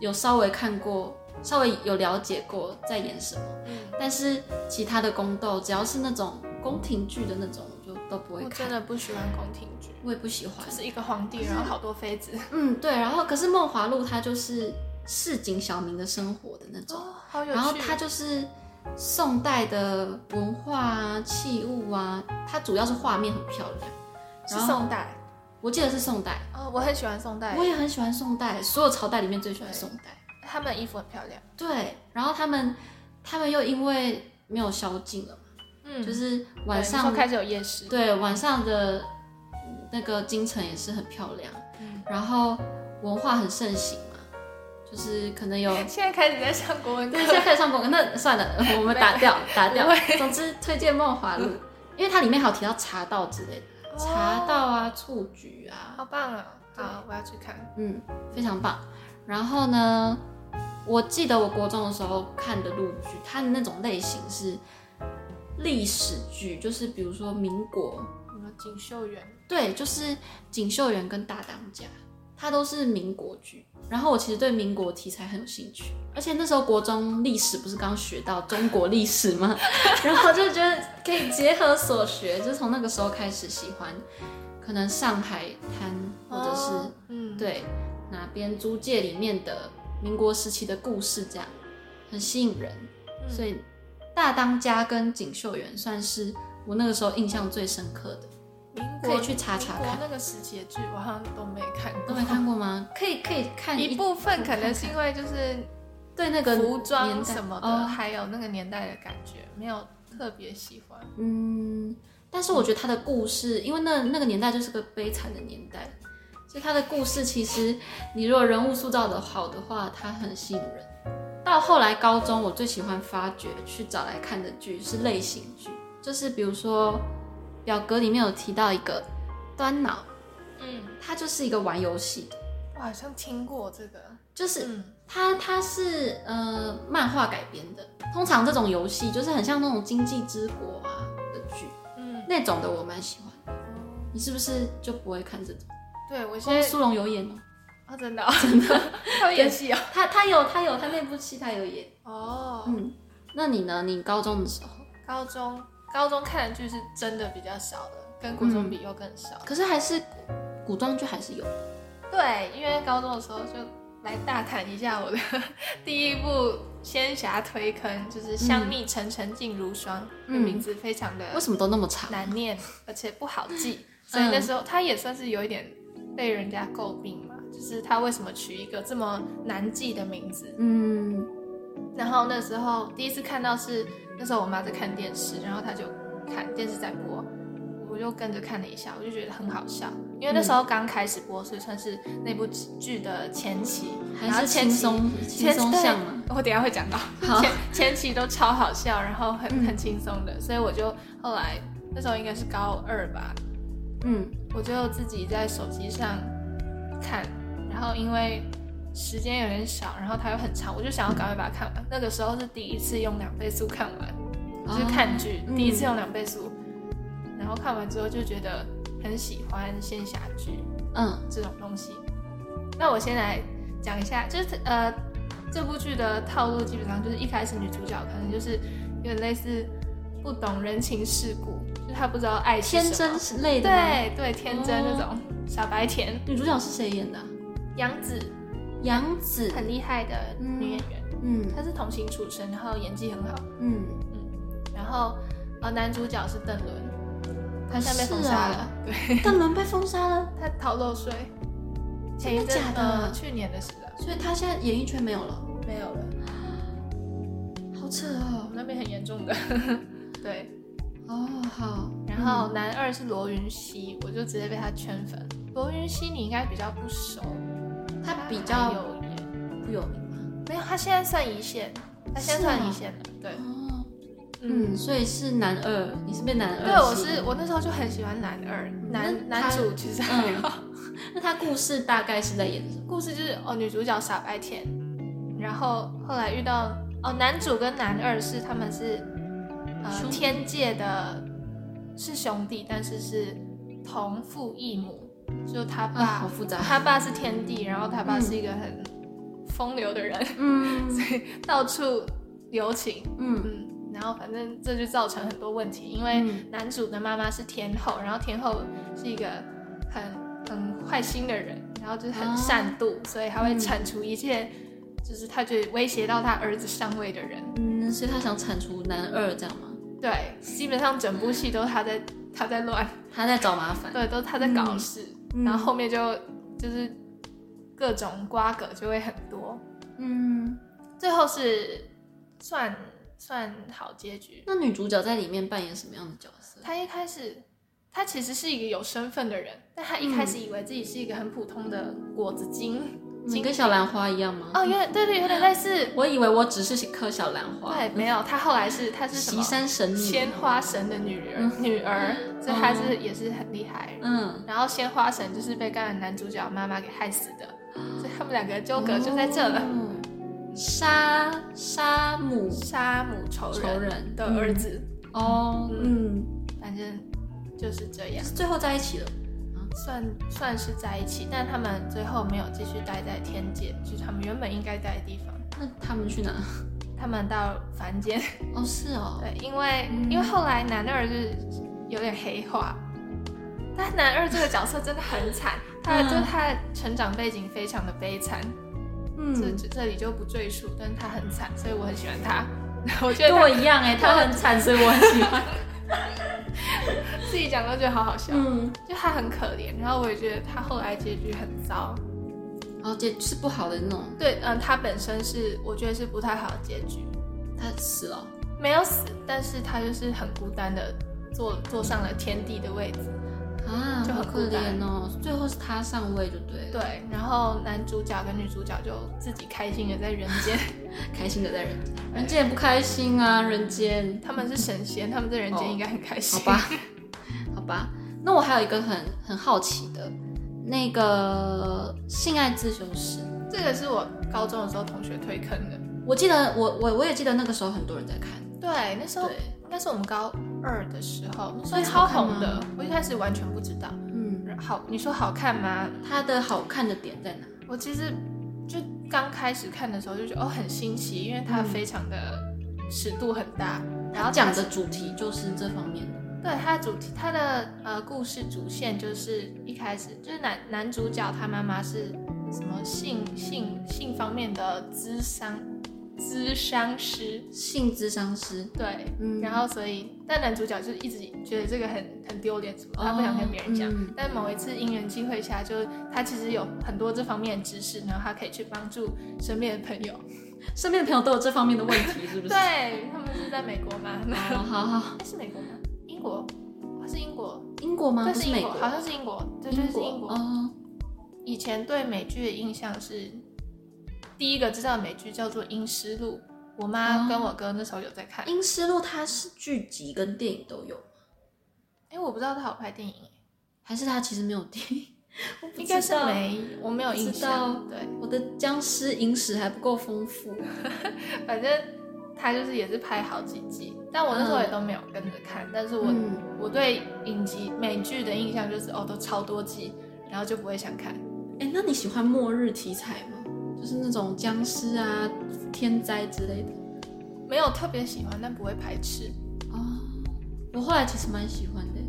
[SPEAKER 1] 有稍微看过，稍微有了解过在演什么。
[SPEAKER 2] 嗯，
[SPEAKER 1] 但是其他的宫斗，只要是那种宫廷剧的那种，我就都不会
[SPEAKER 2] 我
[SPEAKER 1] 看，
[SPEAKER 2] 真的不喜欢宫廷剧，
[SPEAKER 1] 我也不喜欢
[SPEAKER 2] 就。是一个皇帝，然后好多妃子。
[SPEAKER 1] 嗯，对。然后可是《梦华录》它就是市井小民的生活的那种，
[SPEAKER 2] 哦，好有趣。
[SPEAKER 1] 然后它就是宋代的文化啊、器物啊，它主要是画面很漂亮。
[SPEAKER 2] 是
[SPEAKER 1] 然后
[SPEAKER 2] 宋代。
[SPEAKER 1] 我记得是宋代，
[SPEAKER 2] 哦，我很喜欢宋代
[SPEAKER 1] 我，也很喜欢宋代，所有朝代里面最喜欢宋代。
[SPEAKER 2] 他们衣服很漂亮。
[SPEAKER 1] 对，然后他们他们又因为没有宵禁了嘛，
[SPEAKER 2] 嗯
[SPEAKER 1] 就是是晚上
[SPEAKER 2] 开始有夜市。
[SPEAKER 1] 对晚上的那个京城也是很漂亮，
[SPEAKER 2] 嗯
[SPEAKER 1] 然后文化很盛行嘛，就是可能 有
[SPEAKER 2] 现在开始在上国文课
[SPEAKER 1] 对，。现在开始上广告，那算 了，我们打掉打掉
[SPEAKER 2] 不。嗯
[SPEAKER 1] 总之推荐《梦华录》，因为它里面还有提到茶道之类的，
[SPEAKER 2] 哦
[SPEAKER 1] 茶道啊、蹴鞠啊，
[SPEAKER 2] 好棒啊！好，我要去看。
[SPEAKER 1] 嗯，非常棒。然后呢，我记得我国中的时候看的陆剧，它的那种类型是历史剧，就是比如说民国，
[SPEAKER 2] 什么锦绣园？
[SPEAKER 1] 对，就是《锦绣缘》跟《大当家》，它都是民国剧。然后我其实对民国题材很有兴趣，而且那时候国中历史不是刚学到中国历史吗？ 然后就觉得可以结合所学，就从那个时候开始喜欢，可能上海滩或者是、
[SPEAKER 2] 哦嗯，
[SPEAKER 1] 对哪边租界里面的民国时期的故事，这样很吸引人。
[SPEAKER 2] 嗯
[SPEAKER 1] 所以大当家跟锦绣园算是我那个时候印象最深刻的，
[SPEAKER 2] 民国
[SPEAKER 1] 可以去查查
[SPEAKER 2] 民国
[SPEAKER 1] 看。
[SPEAKER 2] 那个时节剧我好像都没看过，
[SPEAKER 1] 都没看过吗？ 可以可以看
[SPEAKER 2] 一部分可能是
[SPEAKER 1] 看
[SPEAKER 2] 因为就是
[SPEAKER 1] 看对那个
[SPEAKER 2] 服装
[SPEAKER 1] 年代
[SPEAKER 2] 什么的，
[SPEAKER 1] 哦，
[SPEAKER 2] 还有那个年代的感觉，没有特别喜欢。
[SPEAKER 1] 嗯。但是我觉得他的故事，因为那那个年代就是个悲惨的年代，所以他的故事其实你如果人物塑造的好的话，它很吸引人。到后来高中，我最喜欢发掘去找来看的剧是类型剧，就是比如说表格里面有提到一个端脑，
[SPEAKER 2] 嗯，
[SPEAKER 1] 它就是一个玩游戏的，
[SPEAKER 2] 我好像听过这个，
[SPEAKER 1] 就是
[SPEAKER 2] 嗯，
[SPEAKER 1] 它它是呃漫画改编的。通常这种游戏就是很像那种《经济之国》啊的剧，
[SPEAKER 2] 嗯，
[SPEAKER 1] 那种的我蛮喜欢的。你是不是就不会看这种？
[SPEAKER 2] 对我现
[SPEAKER 1] 因为
[SPEAKER 2] 在
[SPEAKER 1] 苏龙有演哦，
[SPEAKER 2] 哦，真的、哦、真的， 他们演戏哦。
[SPEAKER 1] 他他有他有他那部戏他有演。
[SPEAKER 2] 哦，
[SPEAKER 1] 嗯，那你呢？你高中的时候，
[SPEAKER 2] 高中高中看的剧是真的比较少的，跟国
[SPEAKER 1] 嗯
[SPEAKER 2] 中比又更少。
[SPEAKER 1] 可是还是古装剧还是有。
[SPEAKER 2] 对，因为高中的时候就来大谈一下我的 第一部仙侠推坑，就是《香蜜沉沉烬如霜》，这
[SPEAKER 1] 嗯
[SPEAKER 2] 名字非常的
[SPEAKER 1] 为什么都那么长？
[SPEAKER 2] 难念，而且不好
[SPEAKER 1] 嗯
[SPEAKER 2] 记，所以那时候他也算是有一点被人家诟病嘛，就是他为什么取一个这么难记的名字？
[SPEAKER 1] 嗯，
[SPEAKER 2] 然后那时候第一次看到是那时候我妈在看电视，然后她就看电视在播，我就跟着看了一下，我就觉得很好笑，因为那时候刚开始播，所以算是那部剧的前期，然
[SPEAKER 1] 还
[SPEAKER 2] 后
[SPEAKER 1] 是
[SPEAKER 2] 前
[SPEAKER 1] 轻
[SPEAKER 2] 期
[SPEAKER 1] 松轻
[SPEAKER 2] 前
[SPEAKER 1] 松
[SPEAKER 2] 对
[SPEAKER 1] 向嘛。
[SPEAKER 2] 我等一下会讲到，
[SPEAKER 1] 好
[SPEAKER 2] 前前期都超好笑，然后很
[SPEAKER 1] 嗯
[SPEAKER 2] 很轻松的，所以我就后来那时候应该是高二吧，
[SPEAKER 1] 嗯，
[SPEAKER 2] 我就自己在手机上看，然后因为时间有点少，然后它又很长，我就想要赶快把它看完。那个时候是第一次用两倍速看完，就是看剧、
[SPEAKER 1] 哦
[SPEAKER 2] 第一次用两倍速，然后看完之后就觉得很喜欢仙侠剧
[SPEAKER 1] 嗯
[SPEAKER 2] 这种东西。那我先来讲一下，就是呃这部剧的套路基本上就是一开始女主角可能就是有点类似不懂人情世故，就是她不知道爱
[SPEAKER 1] 嗯，
[SPEAKER 2] 是什
[SPEAKER 1] 天
[SPEAKER 2] 么
[SPEAKER 1] 真是类的吗。
[SPEAKER 2] 对对，天真那种、傻白甜。
[SPEAKER 1] 女主角是谁演的啊？
[SPEAKER 2] 哦杨紫
[SPEAKER 1] 杨紫。
[SPEAKER 2] 很厉害的女演员，
[SPEAKER 1] 嗯
[SPEAKER 2] 她是童星出身，然后演技很好。
[SPEAKER 1] 嗯，
[SPEAKER 2] 然后呃，男主角是邓伦，他下被封
[SPEAKER 1] 是
[SPEAKER 2] 杀
[SPEAKER 1] 啊
[SPEAKER 2] 了， 对，
[SPEAKER 1] 邓伦被封杀了，
[SPEAKER 2] 他逃漏税。前
[SPEAKER 1] 真的
[SPEAKER 2] 一阵
[SPEAKER 1] 假的
[SPEAKER 2] 呃去年的事了，
[SPEAKER 1] 所以她现在演艺圈没有了，
[SPEAKER 2] 没有了。
[SPEAKER 1] 好扯哦。
[SPEAKER 2] 我们那边很严重的， 对。
[SPEAKER 1] 哦，好。
[SPEAKER 2] 然后男二是罗云熙，我就直接被他圈粉。罗云熙你应该比较不熟，
[SPEAKER 1] 嗯她比
[SPEAKER 2] 还
[SPEAKER 1] 较
[SPEAKER 2] 有演，
[SPEAKER 1] 不有名吗？
[SPEAKER 2] 没有，他现在算一线，他现在
[SPEAKER 1] 是
[SPEAKER 2] 算
[SPEAKER 1] 哦
[SPEAKER 2] 一线了，对，
[SPEAKER 1] 哦，嗯，所以是男二，你是被男二？
[SPEAKER 2] 对，我是。我那时候就很喜欢男二，男
[SPEAKER 1] 那
[SPEAKER 2] 男
[SPEAKER 1] 他嗯
[SPEAKER 2] 主其实还好。
[SPEAKER 1] 那他故事大概是在演什么？
[SPEAKER 2] 故事就是哦，女主角傻白甜，然后后来遇到哦，男主跟男二是他们是呃
[SPEAKER 1] 兄弟
[SPEAKER 2] 天界的，是兄弟，但是是同父异母，就他爸、
[SPEAKER 1] 啊，好复杂。
[SPEAKER 2] 他爸是天帝，然后他爸
[SPEAKER 1] 嗯
[SPEAKER 2] 是一个很风流的人，
[SPEAKER 1] 嗯
[SPEAKER 2] 到处留情，
[SPEAKER 1] 嗯
[SPEAKER 2] 嗯，然后反正这就造成很多问题，因为
[SPEAKER 1] 嗯
[SPEAKER 2] 男主的妈妈是天后，然后天后是一个很很坏心的人，然后就是很善妒，所以他会铲除一切，就是他觉得威胁到他儿子上位的人。
[SPEAKER 1] 嗯，所以他想铲除男二，这样吗？
[SPEAKER 2] 对，基本上整部戏都他在他 在乱，
[SPEAKER 1] 他在找麻烦。
[SPEAKER 2] 对，都他在搞事，
[SPEAKER 1] 嗯
[SPEAKER 2] 然后后面就就是各种瓜葛就会很多，
[SPEAKER 1] 嗯，
[SPEAKER 2] 最后是算算好结局。
[SPEAKER 1] 那女主角在里面扮演什么样的角色？
[SPEAKER 2] 他一开始，他其实是一个有身份的人，但他一开始以为自己是一个很普通的果子精。
[SPEAKER 1] 你跟小兰花一样吗？
[SPEAKER 2] 哦，有点对对，有点类似。
[SPEAKER 1] 我以为我只是颗小兰花，
[SPEAKER 2] 对，没有，他后来是他是什
[SPEAKER 1] 岐
[SPEAKER 2] 么？
[SPEAKER 1] 山神女。
[SPEAKER 2] 鲜花神的女儿，女儿，所以他
[SPEAKER 1] 哦
[SPEAKER 2] 是也是很厉害。
[SPEAKER 1] 嗯，
[SPEAKER 2] 然后鲜花神就是被刚才男主角妈妈给害死的，所以他们两个纠葛就在这了。
[SPEAKER 1] 哦。杀杀母
[SPEAKER 2] 杀母仇
[SPEAKER 1] 哦仇
[SPEAKER 2] 人
[SPEAKER 1] 人嗯
[SPEAKER 2] 的儿子，
[SPEAKER 1] 哦，嗯，
[SPEAKER 2] 反正就是这样。
[SPEAKER 1] 最后在一起了。
[SPEAKER 2] 算算是在一起，但他们最后没有继续待在天界，就是他们原本应该待的地方，
[SPEAKER 1] 那他们去哪？
[SPEAKER 2] 他们到凡间。
[SPEAKER 1] 哦，是哦，
[SPEAKER 2] 对，因为、
[SPEAKER 1] 嗯
[SPEAKER 2] 因为后来男二就是有点黑化，但男二这个角色真的 很惨，他
[SPEAKER 1] 嗯
[SPEAKER 2] 就是他的成长背景非常的悲惨，这
[SPEAKER 1] 嗯，
[SPEAKER 2] 这这里就不赘述，但是他很惨，所以我很喜欢他。 我觉得
[SPEAKER 1] 跟我
[SPEAKER 2] 他
[SPEAKER 1] 一样哎，他很惨，所以我很喜欢。
[SPEAKER 2] 自己讲都觉得好好笑，
[SPEAKER 1] 嗯，
[SPEAKER 2] 就他很可怜，然后我也觉得他后来结局很糟。
[SPEAKER 1] 哦，这是不好的那种，
[SPEAKER 2] 对，嗯，他本身是我觉得是不太好的结局，
[SPEAKER 1] 他死了。
[SPEAKER 2] 没有死，但是他就是很孤单的坐坐上了天帝的位置。
[SPEAKER 1] 啊，
[SPEAKER 2] 就
[SPEAKER 1] 好
[SPEAKER 2] 很
[SPEAKER 1] 可
[SPEAKER 2] 孤单
[SPEAKER 1] 怜哦！最后是他上位就对了，
[SPEAKER 2] 对，然后男主角跟女主角就自己开心的在人间，
[SPEAKER 1] 开心的在人间，人间也不开心啊，人间，
[SPEAKER 2] 他们是神仙，他们在人
[SPEAKER 1] 哦
[SPEAKER 2] 间应该很开
[SPEAKER 1] 好
[SPEAKER 2] 心。
[SPEAKER 1] 吧， 好吧。那我还有一个很很好奇的，那个性爱自修室，
[SPEAKER 2] 这个是我高中的时候同学推坑的。
[SPEAKER 1] 我记得我我我也记得那个时候很多人在看，
[SPEAKER 2] 对，那时候
[SPEAKER 1] 对
[SPEAKER 2] 应该是我们高二的时候，那时
[SPEAKER 1] 那
[SPEAKER 2] 候
[SPEAKER 1] 时
[SPEAKER 2] 超
[SPEAKER 1] 候看
[SPEAKER 2] 红
[SPEAKER 1] 吗
[SPEAKER 2] 的。我一开始完全不知道。
[SPEAKER 1] 嗯，
[SPEAKER 2] 好，你说好看吗？
[SPEAKER 1] 它的好看的点在哪？
[SPEAKER 2] 我其实就刚开始看的时候就觉得哦很新奇，因为它
[SPEAKER 1] 嗯
[SPEAKER 2] 非常的尺度很大，然后它
[SPEAKER 1] 讲的主题就是这方面的，
[SPEAKER 2] 对它的主题，它的呃故事主线就是一开始就是男男主角他妈妈是什么性性性方面的咨商咨商师，
[SPEAKER 1] 性智商师，
[SPEAKER 2] 对，
[SPEAKER 1] 嗯，
[SPEAKER 2] 然后所以但男主角就一直觉得这个很很丢脸什么，他不想跟别人讲。
[SPEAKER 1] 哦嗯
[SPEAKER 2] 但某一次因缘机会下，就他其实有很多这方面的知识，然后他可以去帮助身边的朋友，
[SPEAKER 1] 身边的朋友都有这方面的问题，是不是？
[SPEAKER 2] 对，啊他们是在美国吗？
[SPEAKER 1] 哦，好好，
[SPEAKER 2] 哎，是美国吗？英国？啊是英国，
[SPEAKER 1] 英国吗？
[SPEAKER 2] 对，
[SPEAKER 1] 不
[SPEAKER 2] 是
[SPEAKER 1] 是
[SPEAKER 2] 英
[SPEAKER 1] 美
[SPEAKER 2] 国，
[SPEAKER 1] 国，
[SPEAKER 2] 好像是英国，对对
[SPEAKER 1] 英
[SPEAKER 2] 是
[SPEAKER 1] 国
[SPEAKER 2] 英国。
[SPEAKER 1] 哦，
[SPEAKER 2] 以前对美剧的印象是，第一个知道的美剧叫做《阴尸路》，我妈
[SPEAKER 1] 哦
[SPEAKER 2] 跟我哥那时候有在看。
[SPEAKER 1] 《阴尸路》它是剧集跟电影都有，
[SPEAKER 2] 哎、我不知道她有拍电影，
[SPEAKER 1] 还是它其实没有电影？ 我不知道
[SPEAKER 2] 应该是。没，我没有印
[SPEAKER 1] 不知道
[SPEAKER 2] 象。对，
[SPEAKER 1] 我的僵尸影史还不够丰富，
[SPEAKER 2] 反正她就是也是拍好几季，但我那时候也都没有跟着看。但是我、
[SPEAKER 1] 嗯
[SPEAKER 2] 我对影集美剧的印象就是哦，都超多季，然后就不会想看。
[SPEAKER 1] 哎、那你喜欢末日题材吗？就是那种僵尸啊、天灾之类的。
[SPEAKER 2] 没有特别喜欢，但不会排斥。
[SPEAKER 1] 哦，我后来其实蛮喜欢的，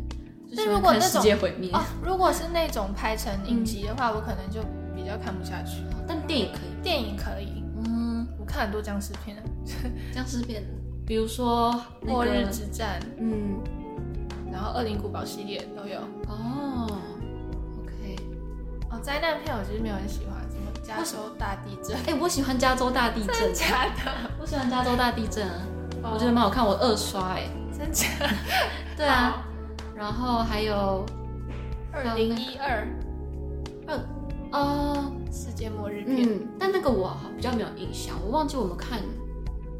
[SPEAKER 1] 就喜
[SPEAKER 2] 但如
[SPEAKER 1] 欢
[SPEAKER 2] 果
[SPEAKER 1] 看
[SPEAKER 2] 那
[SPEAKER 1] 世
[SPEAKER 2] 种
[SPEAKER 1] 界毁灭。
[SPEAKER 2] 哦，如果是那种拍成影集的话，我可能就比较看不下去。
[SPEAKER 1] 但电影可以。
[SPEAKER 2] 电影可以，
[SPEAKER 1] 嗯，
[SPEAKER 2] 我看很多僵尸片，
[SPEAKER 1] 僵尸片，比如说
[SPEAKER 2] 《
[SPEAKER 1] 那
[SPEAKER 2] 末日
[SPEAKER 1] 个，
[SPEAKER 2] 之战》，
[SPEAKER 1] 嗯，
[SPEAKER 2] 然后《恶灵古堡》系列都有。
[SPEAKER 1] 哦，OK。
[SPEAKER 2] 哦，灾难片我就是没有很喜欢，什么加州大地 震，
[SPEAKER 1] 哎、我喜欢加州大地震，
[SPEAKER 2] 假的，
[SPEAKER 1] 我喜欢加州大地震啊，我觉得
[SPEAKER 2] 哦
[SPEAKER 1] 蛮好看，我二刷哎、
[SPEAKER 2] 真假。
[SPEAKER 1] 对啊，然后还有
[SPEAKER 2] 二零一二
[SPEAKER 1] 哦，
[SPEAKER 2] 世界末日片，
[SPEAKER 1] 嗯，但那个我好比较没有印象，我忘记我们看，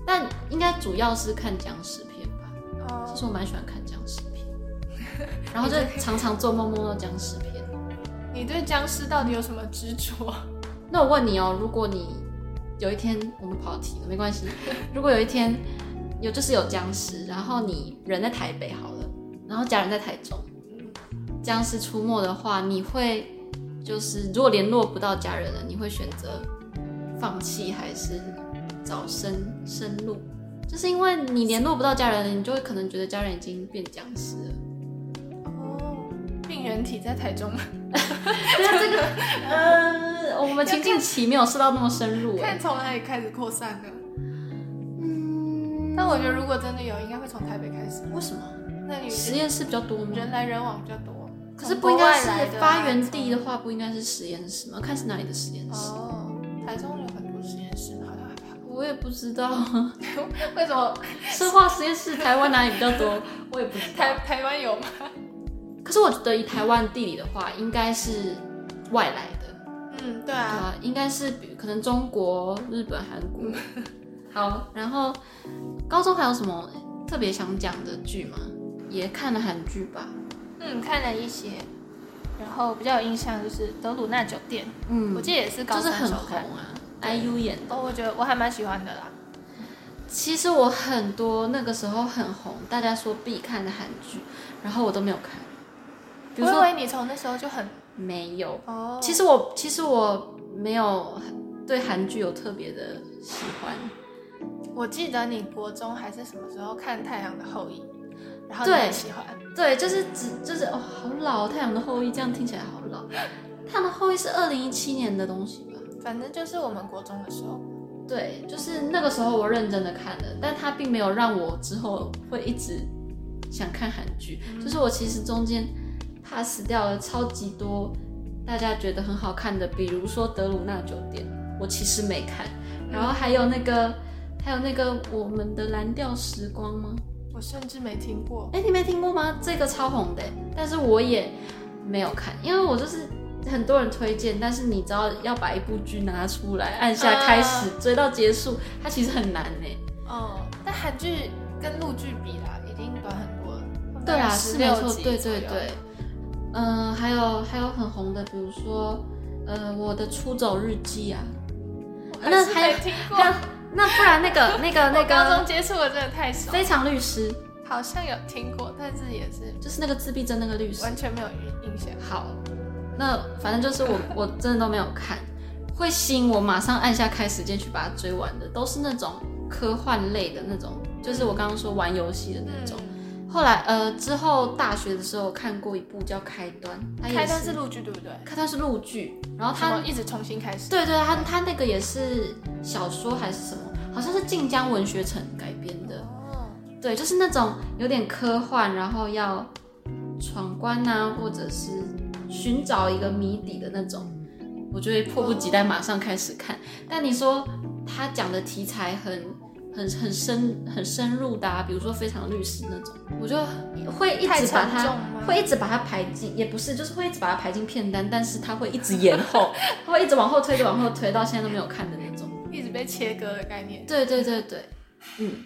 [SPEAKER 1] 但应该主要是看僵尸片吧。其
[SPEAKER 2] 哦，
[SPEAKER 1] 实我蛮喜欢看僵尸片，然后就常常做梦梦到僵尸片。
[SPEAKER 2] 你对僵尸到底有什么执着？
[SPEAKER 1] 那我问你哦，如果你有一天我们跑题了，没关系。 如果有一天有就是有僵尸，然后你人在台北好了，然后家人在台中，僵尸出没的话，你会就是如果联络不到家人了，你会选择放弃还是找生生路？就是因为你联络不到家人了，你就会可能觉得家人已经变僵尸了。
[SPEAKER 2] 哦，病原体在台中，
[SPEAKER 1] 对啊，这个，呃，我们情境期没有试到那么深入哎、
[SPEAKER 2] 看从哪里开始扩散的。
[SPEAKER 1] 嗯，
[SPEAKER 2] 但我觉得如果真的有，应该会从台北开始。
[SPEAKER 1] 为什么
[SPEAKER 2] 那里
[SPEAKER 1] 实验室比较多吗？
[SPEAKER 2] 人来人往比较多，
[SPEAKER 1] 可是不应该
[SPEAKER 2] 从国外来
[SPEAKER 1] 是
[SPEAKER 2] 的啊
[SPEAKER 1] 发源地的嗯话，不应该是实验室吗？看是哪里的实验
[SPEAKER 2] 从
[SPEAKER 1] 室，
[SPEAKER 2] 哦，台中有很多实验室，好像还好。
[SPEAKER 1] 我也不知道。
[SPEAKER 2] 为什么
[SPEAKER 1] 生化实验室台湾哪里比较多， 我也不知道
[SPEAKER 2] 台。台湾有吗？
[SPEAKER 1] 可是我觉得以台湾地理的话，应该是外来的，
[SPEAKER 2] 嗯，对
[SPEAKER 1] 对
[SPEAKER 2] 啊，
[SPEAKER 1] 啊，应该是比可能中国、日本、韩国。 好，然后高中还有什么特别想讲的剧吗？也看了韩剧吧。
[SPEAKER 2] 嗯，看了一些，然后比较有印象就是《德鲁纳酒店》，
[SPEAKER 1] 嗯
[SPEAKER 2] 我记得也是高
[SPEAKER 1] 就是
[SPEAKER 2] 三
[SPEAKER 1] 很
[SPEAKER 2] 时候
[SPEAKER 1] 红
[SPEAKER 2] 看。
[SPEAKER 1] 啊，IU 演的。
[SPEAKER 2] 哦，我觉得我还蛮喜欢的啦。
[SPEAKER 1] 其实我很多那个时候很红，大家说必看的韩剧，然后我都没有看。比
[SPEAKER 2] 我
[SPEAKER 1] 如
[SPEAKER 2] 以
[SPEAKER 1] 说
[SPEAKER 2] 为你从那时候就很
[SPEAKER 1] 没有，
[SPEAKER 2] 哦，
[SPEAKER 1] 其实我其实我没有对韩剧有特别的喜欢。
[SPEAKER 2] 我记得你国中还是什么时候看《太阳的后裔》，然后你
[SPEAKER 1] 对
[SPEAKER 2] 很喜欢。
[SPEAKER 1] 对，就是只就是哦，好老，《太阳的后裔》这样听起来好老，《太阳的后裔》是二零一七年的东西吧？
[SPEAKER 2] 反正就是我们国中的时候，
[SPEAKER 1] 对，就是那个时候我认真的看了，但它并没有让我之后会一直想看韩剧，就是我其实中间 pass 掉了超级多大家觉得很好看的，比如说《德鲁纳酒店》，我其实没看，然后还有那个还有那个我们的《蓝调时光》吗？
[SPEAKER 2] 我甚至没听过。
[SPEAKER 1] 哎，你没听过吗？这个超红的，但是我也没有看，因为我就是很多人推荐，但是你知道要把一部剧拿出来，按下开始、追到结束，它其实很难呢。
[SPEAKER 2] 哦，但韩剧跟陆剧比啦，已经短很多了。
[SPEAKER 1] 对啊，
[SPEAKER 2] 十
[SPEAKER 1] 是没
[SPEAKER 2] 六
[SPEAKER 1] 错，
[SPEAKER 2] 集
[SPEAKER 1] 对
[SPEAKER 2] 左右
[SPEAKER 1] 对对。。嗯、还有还有很红的，比如说呃，我的出走日记啊，
[SPEAKER 2] 我
[SPEAKER 1] 啊那
[SPEAKER 2] 是
[SPEAKER 1] 还有
[SPEAKER 2] 没听 过，
[SPEAKER 1] 那那不然那个那 个那
[SPEAKER 2] 我高中
[SPEAKER 1] 个
[SPEAKER 2] 接触的真的太少，
[SPEAKER 1] 非常律师，
[SPEAKER 2] 好像有听过，但是也是
[SPEAKER 1] 就是那个自闭症那个律师，
[SPEAKER 2] 完全没有印象。
[SPEAKER 1] 好，那反正就是我 我真的都没有看，会吸引我马上按下开时间去把它追完的，都是那种科幻类的那种，就是我刚刚说玩游戏的那种。
[SPEAKER 2] 嗯，
[SPEAKER 1] 后来呃之后大学的时候看过一部叫《开端》，它也
[SPEAKER 2] 开端是
[SPEAKER 1] 是
[SPEAKER 2] 陆剧对不对？
[SPEAKER 1] 开端是陆剧，然后
[SPEAKER 2] 什
[SPEAKER 1] 它
[SPEAKER 2] 么一直重新开始？
[SPEAKER 1] 对对它它那个也是小说还是什么，好像是晋江文学城改编的。
[SPEAKER 2] 哦，
[SPEAKER 1] 对，就是那种有点科幻，然后要闯关啊，或者是寻找一个谜底的那种，我就会迫不及待马上开始看。但你说他讲的题材很很很深很深入的、啊，比如说《非常律师》那种，我就会一
[SPEAKER 2] 太
[SPEAKER 1] 直把
[SPEAKER 2] 沉重
[SPEAKER 1] 它
[SPEAKER 2] 吗？
[SPEAKER 1] 会一直把它排进，也不是，就是会一直把它排进片单，但是它会一直延后，它会一直往后推，一直往后推，到现在都没有看的那种。
[SPEAKER 2] 一直被切割的概念。
[SPEAKER 1] 对对对对，嗯，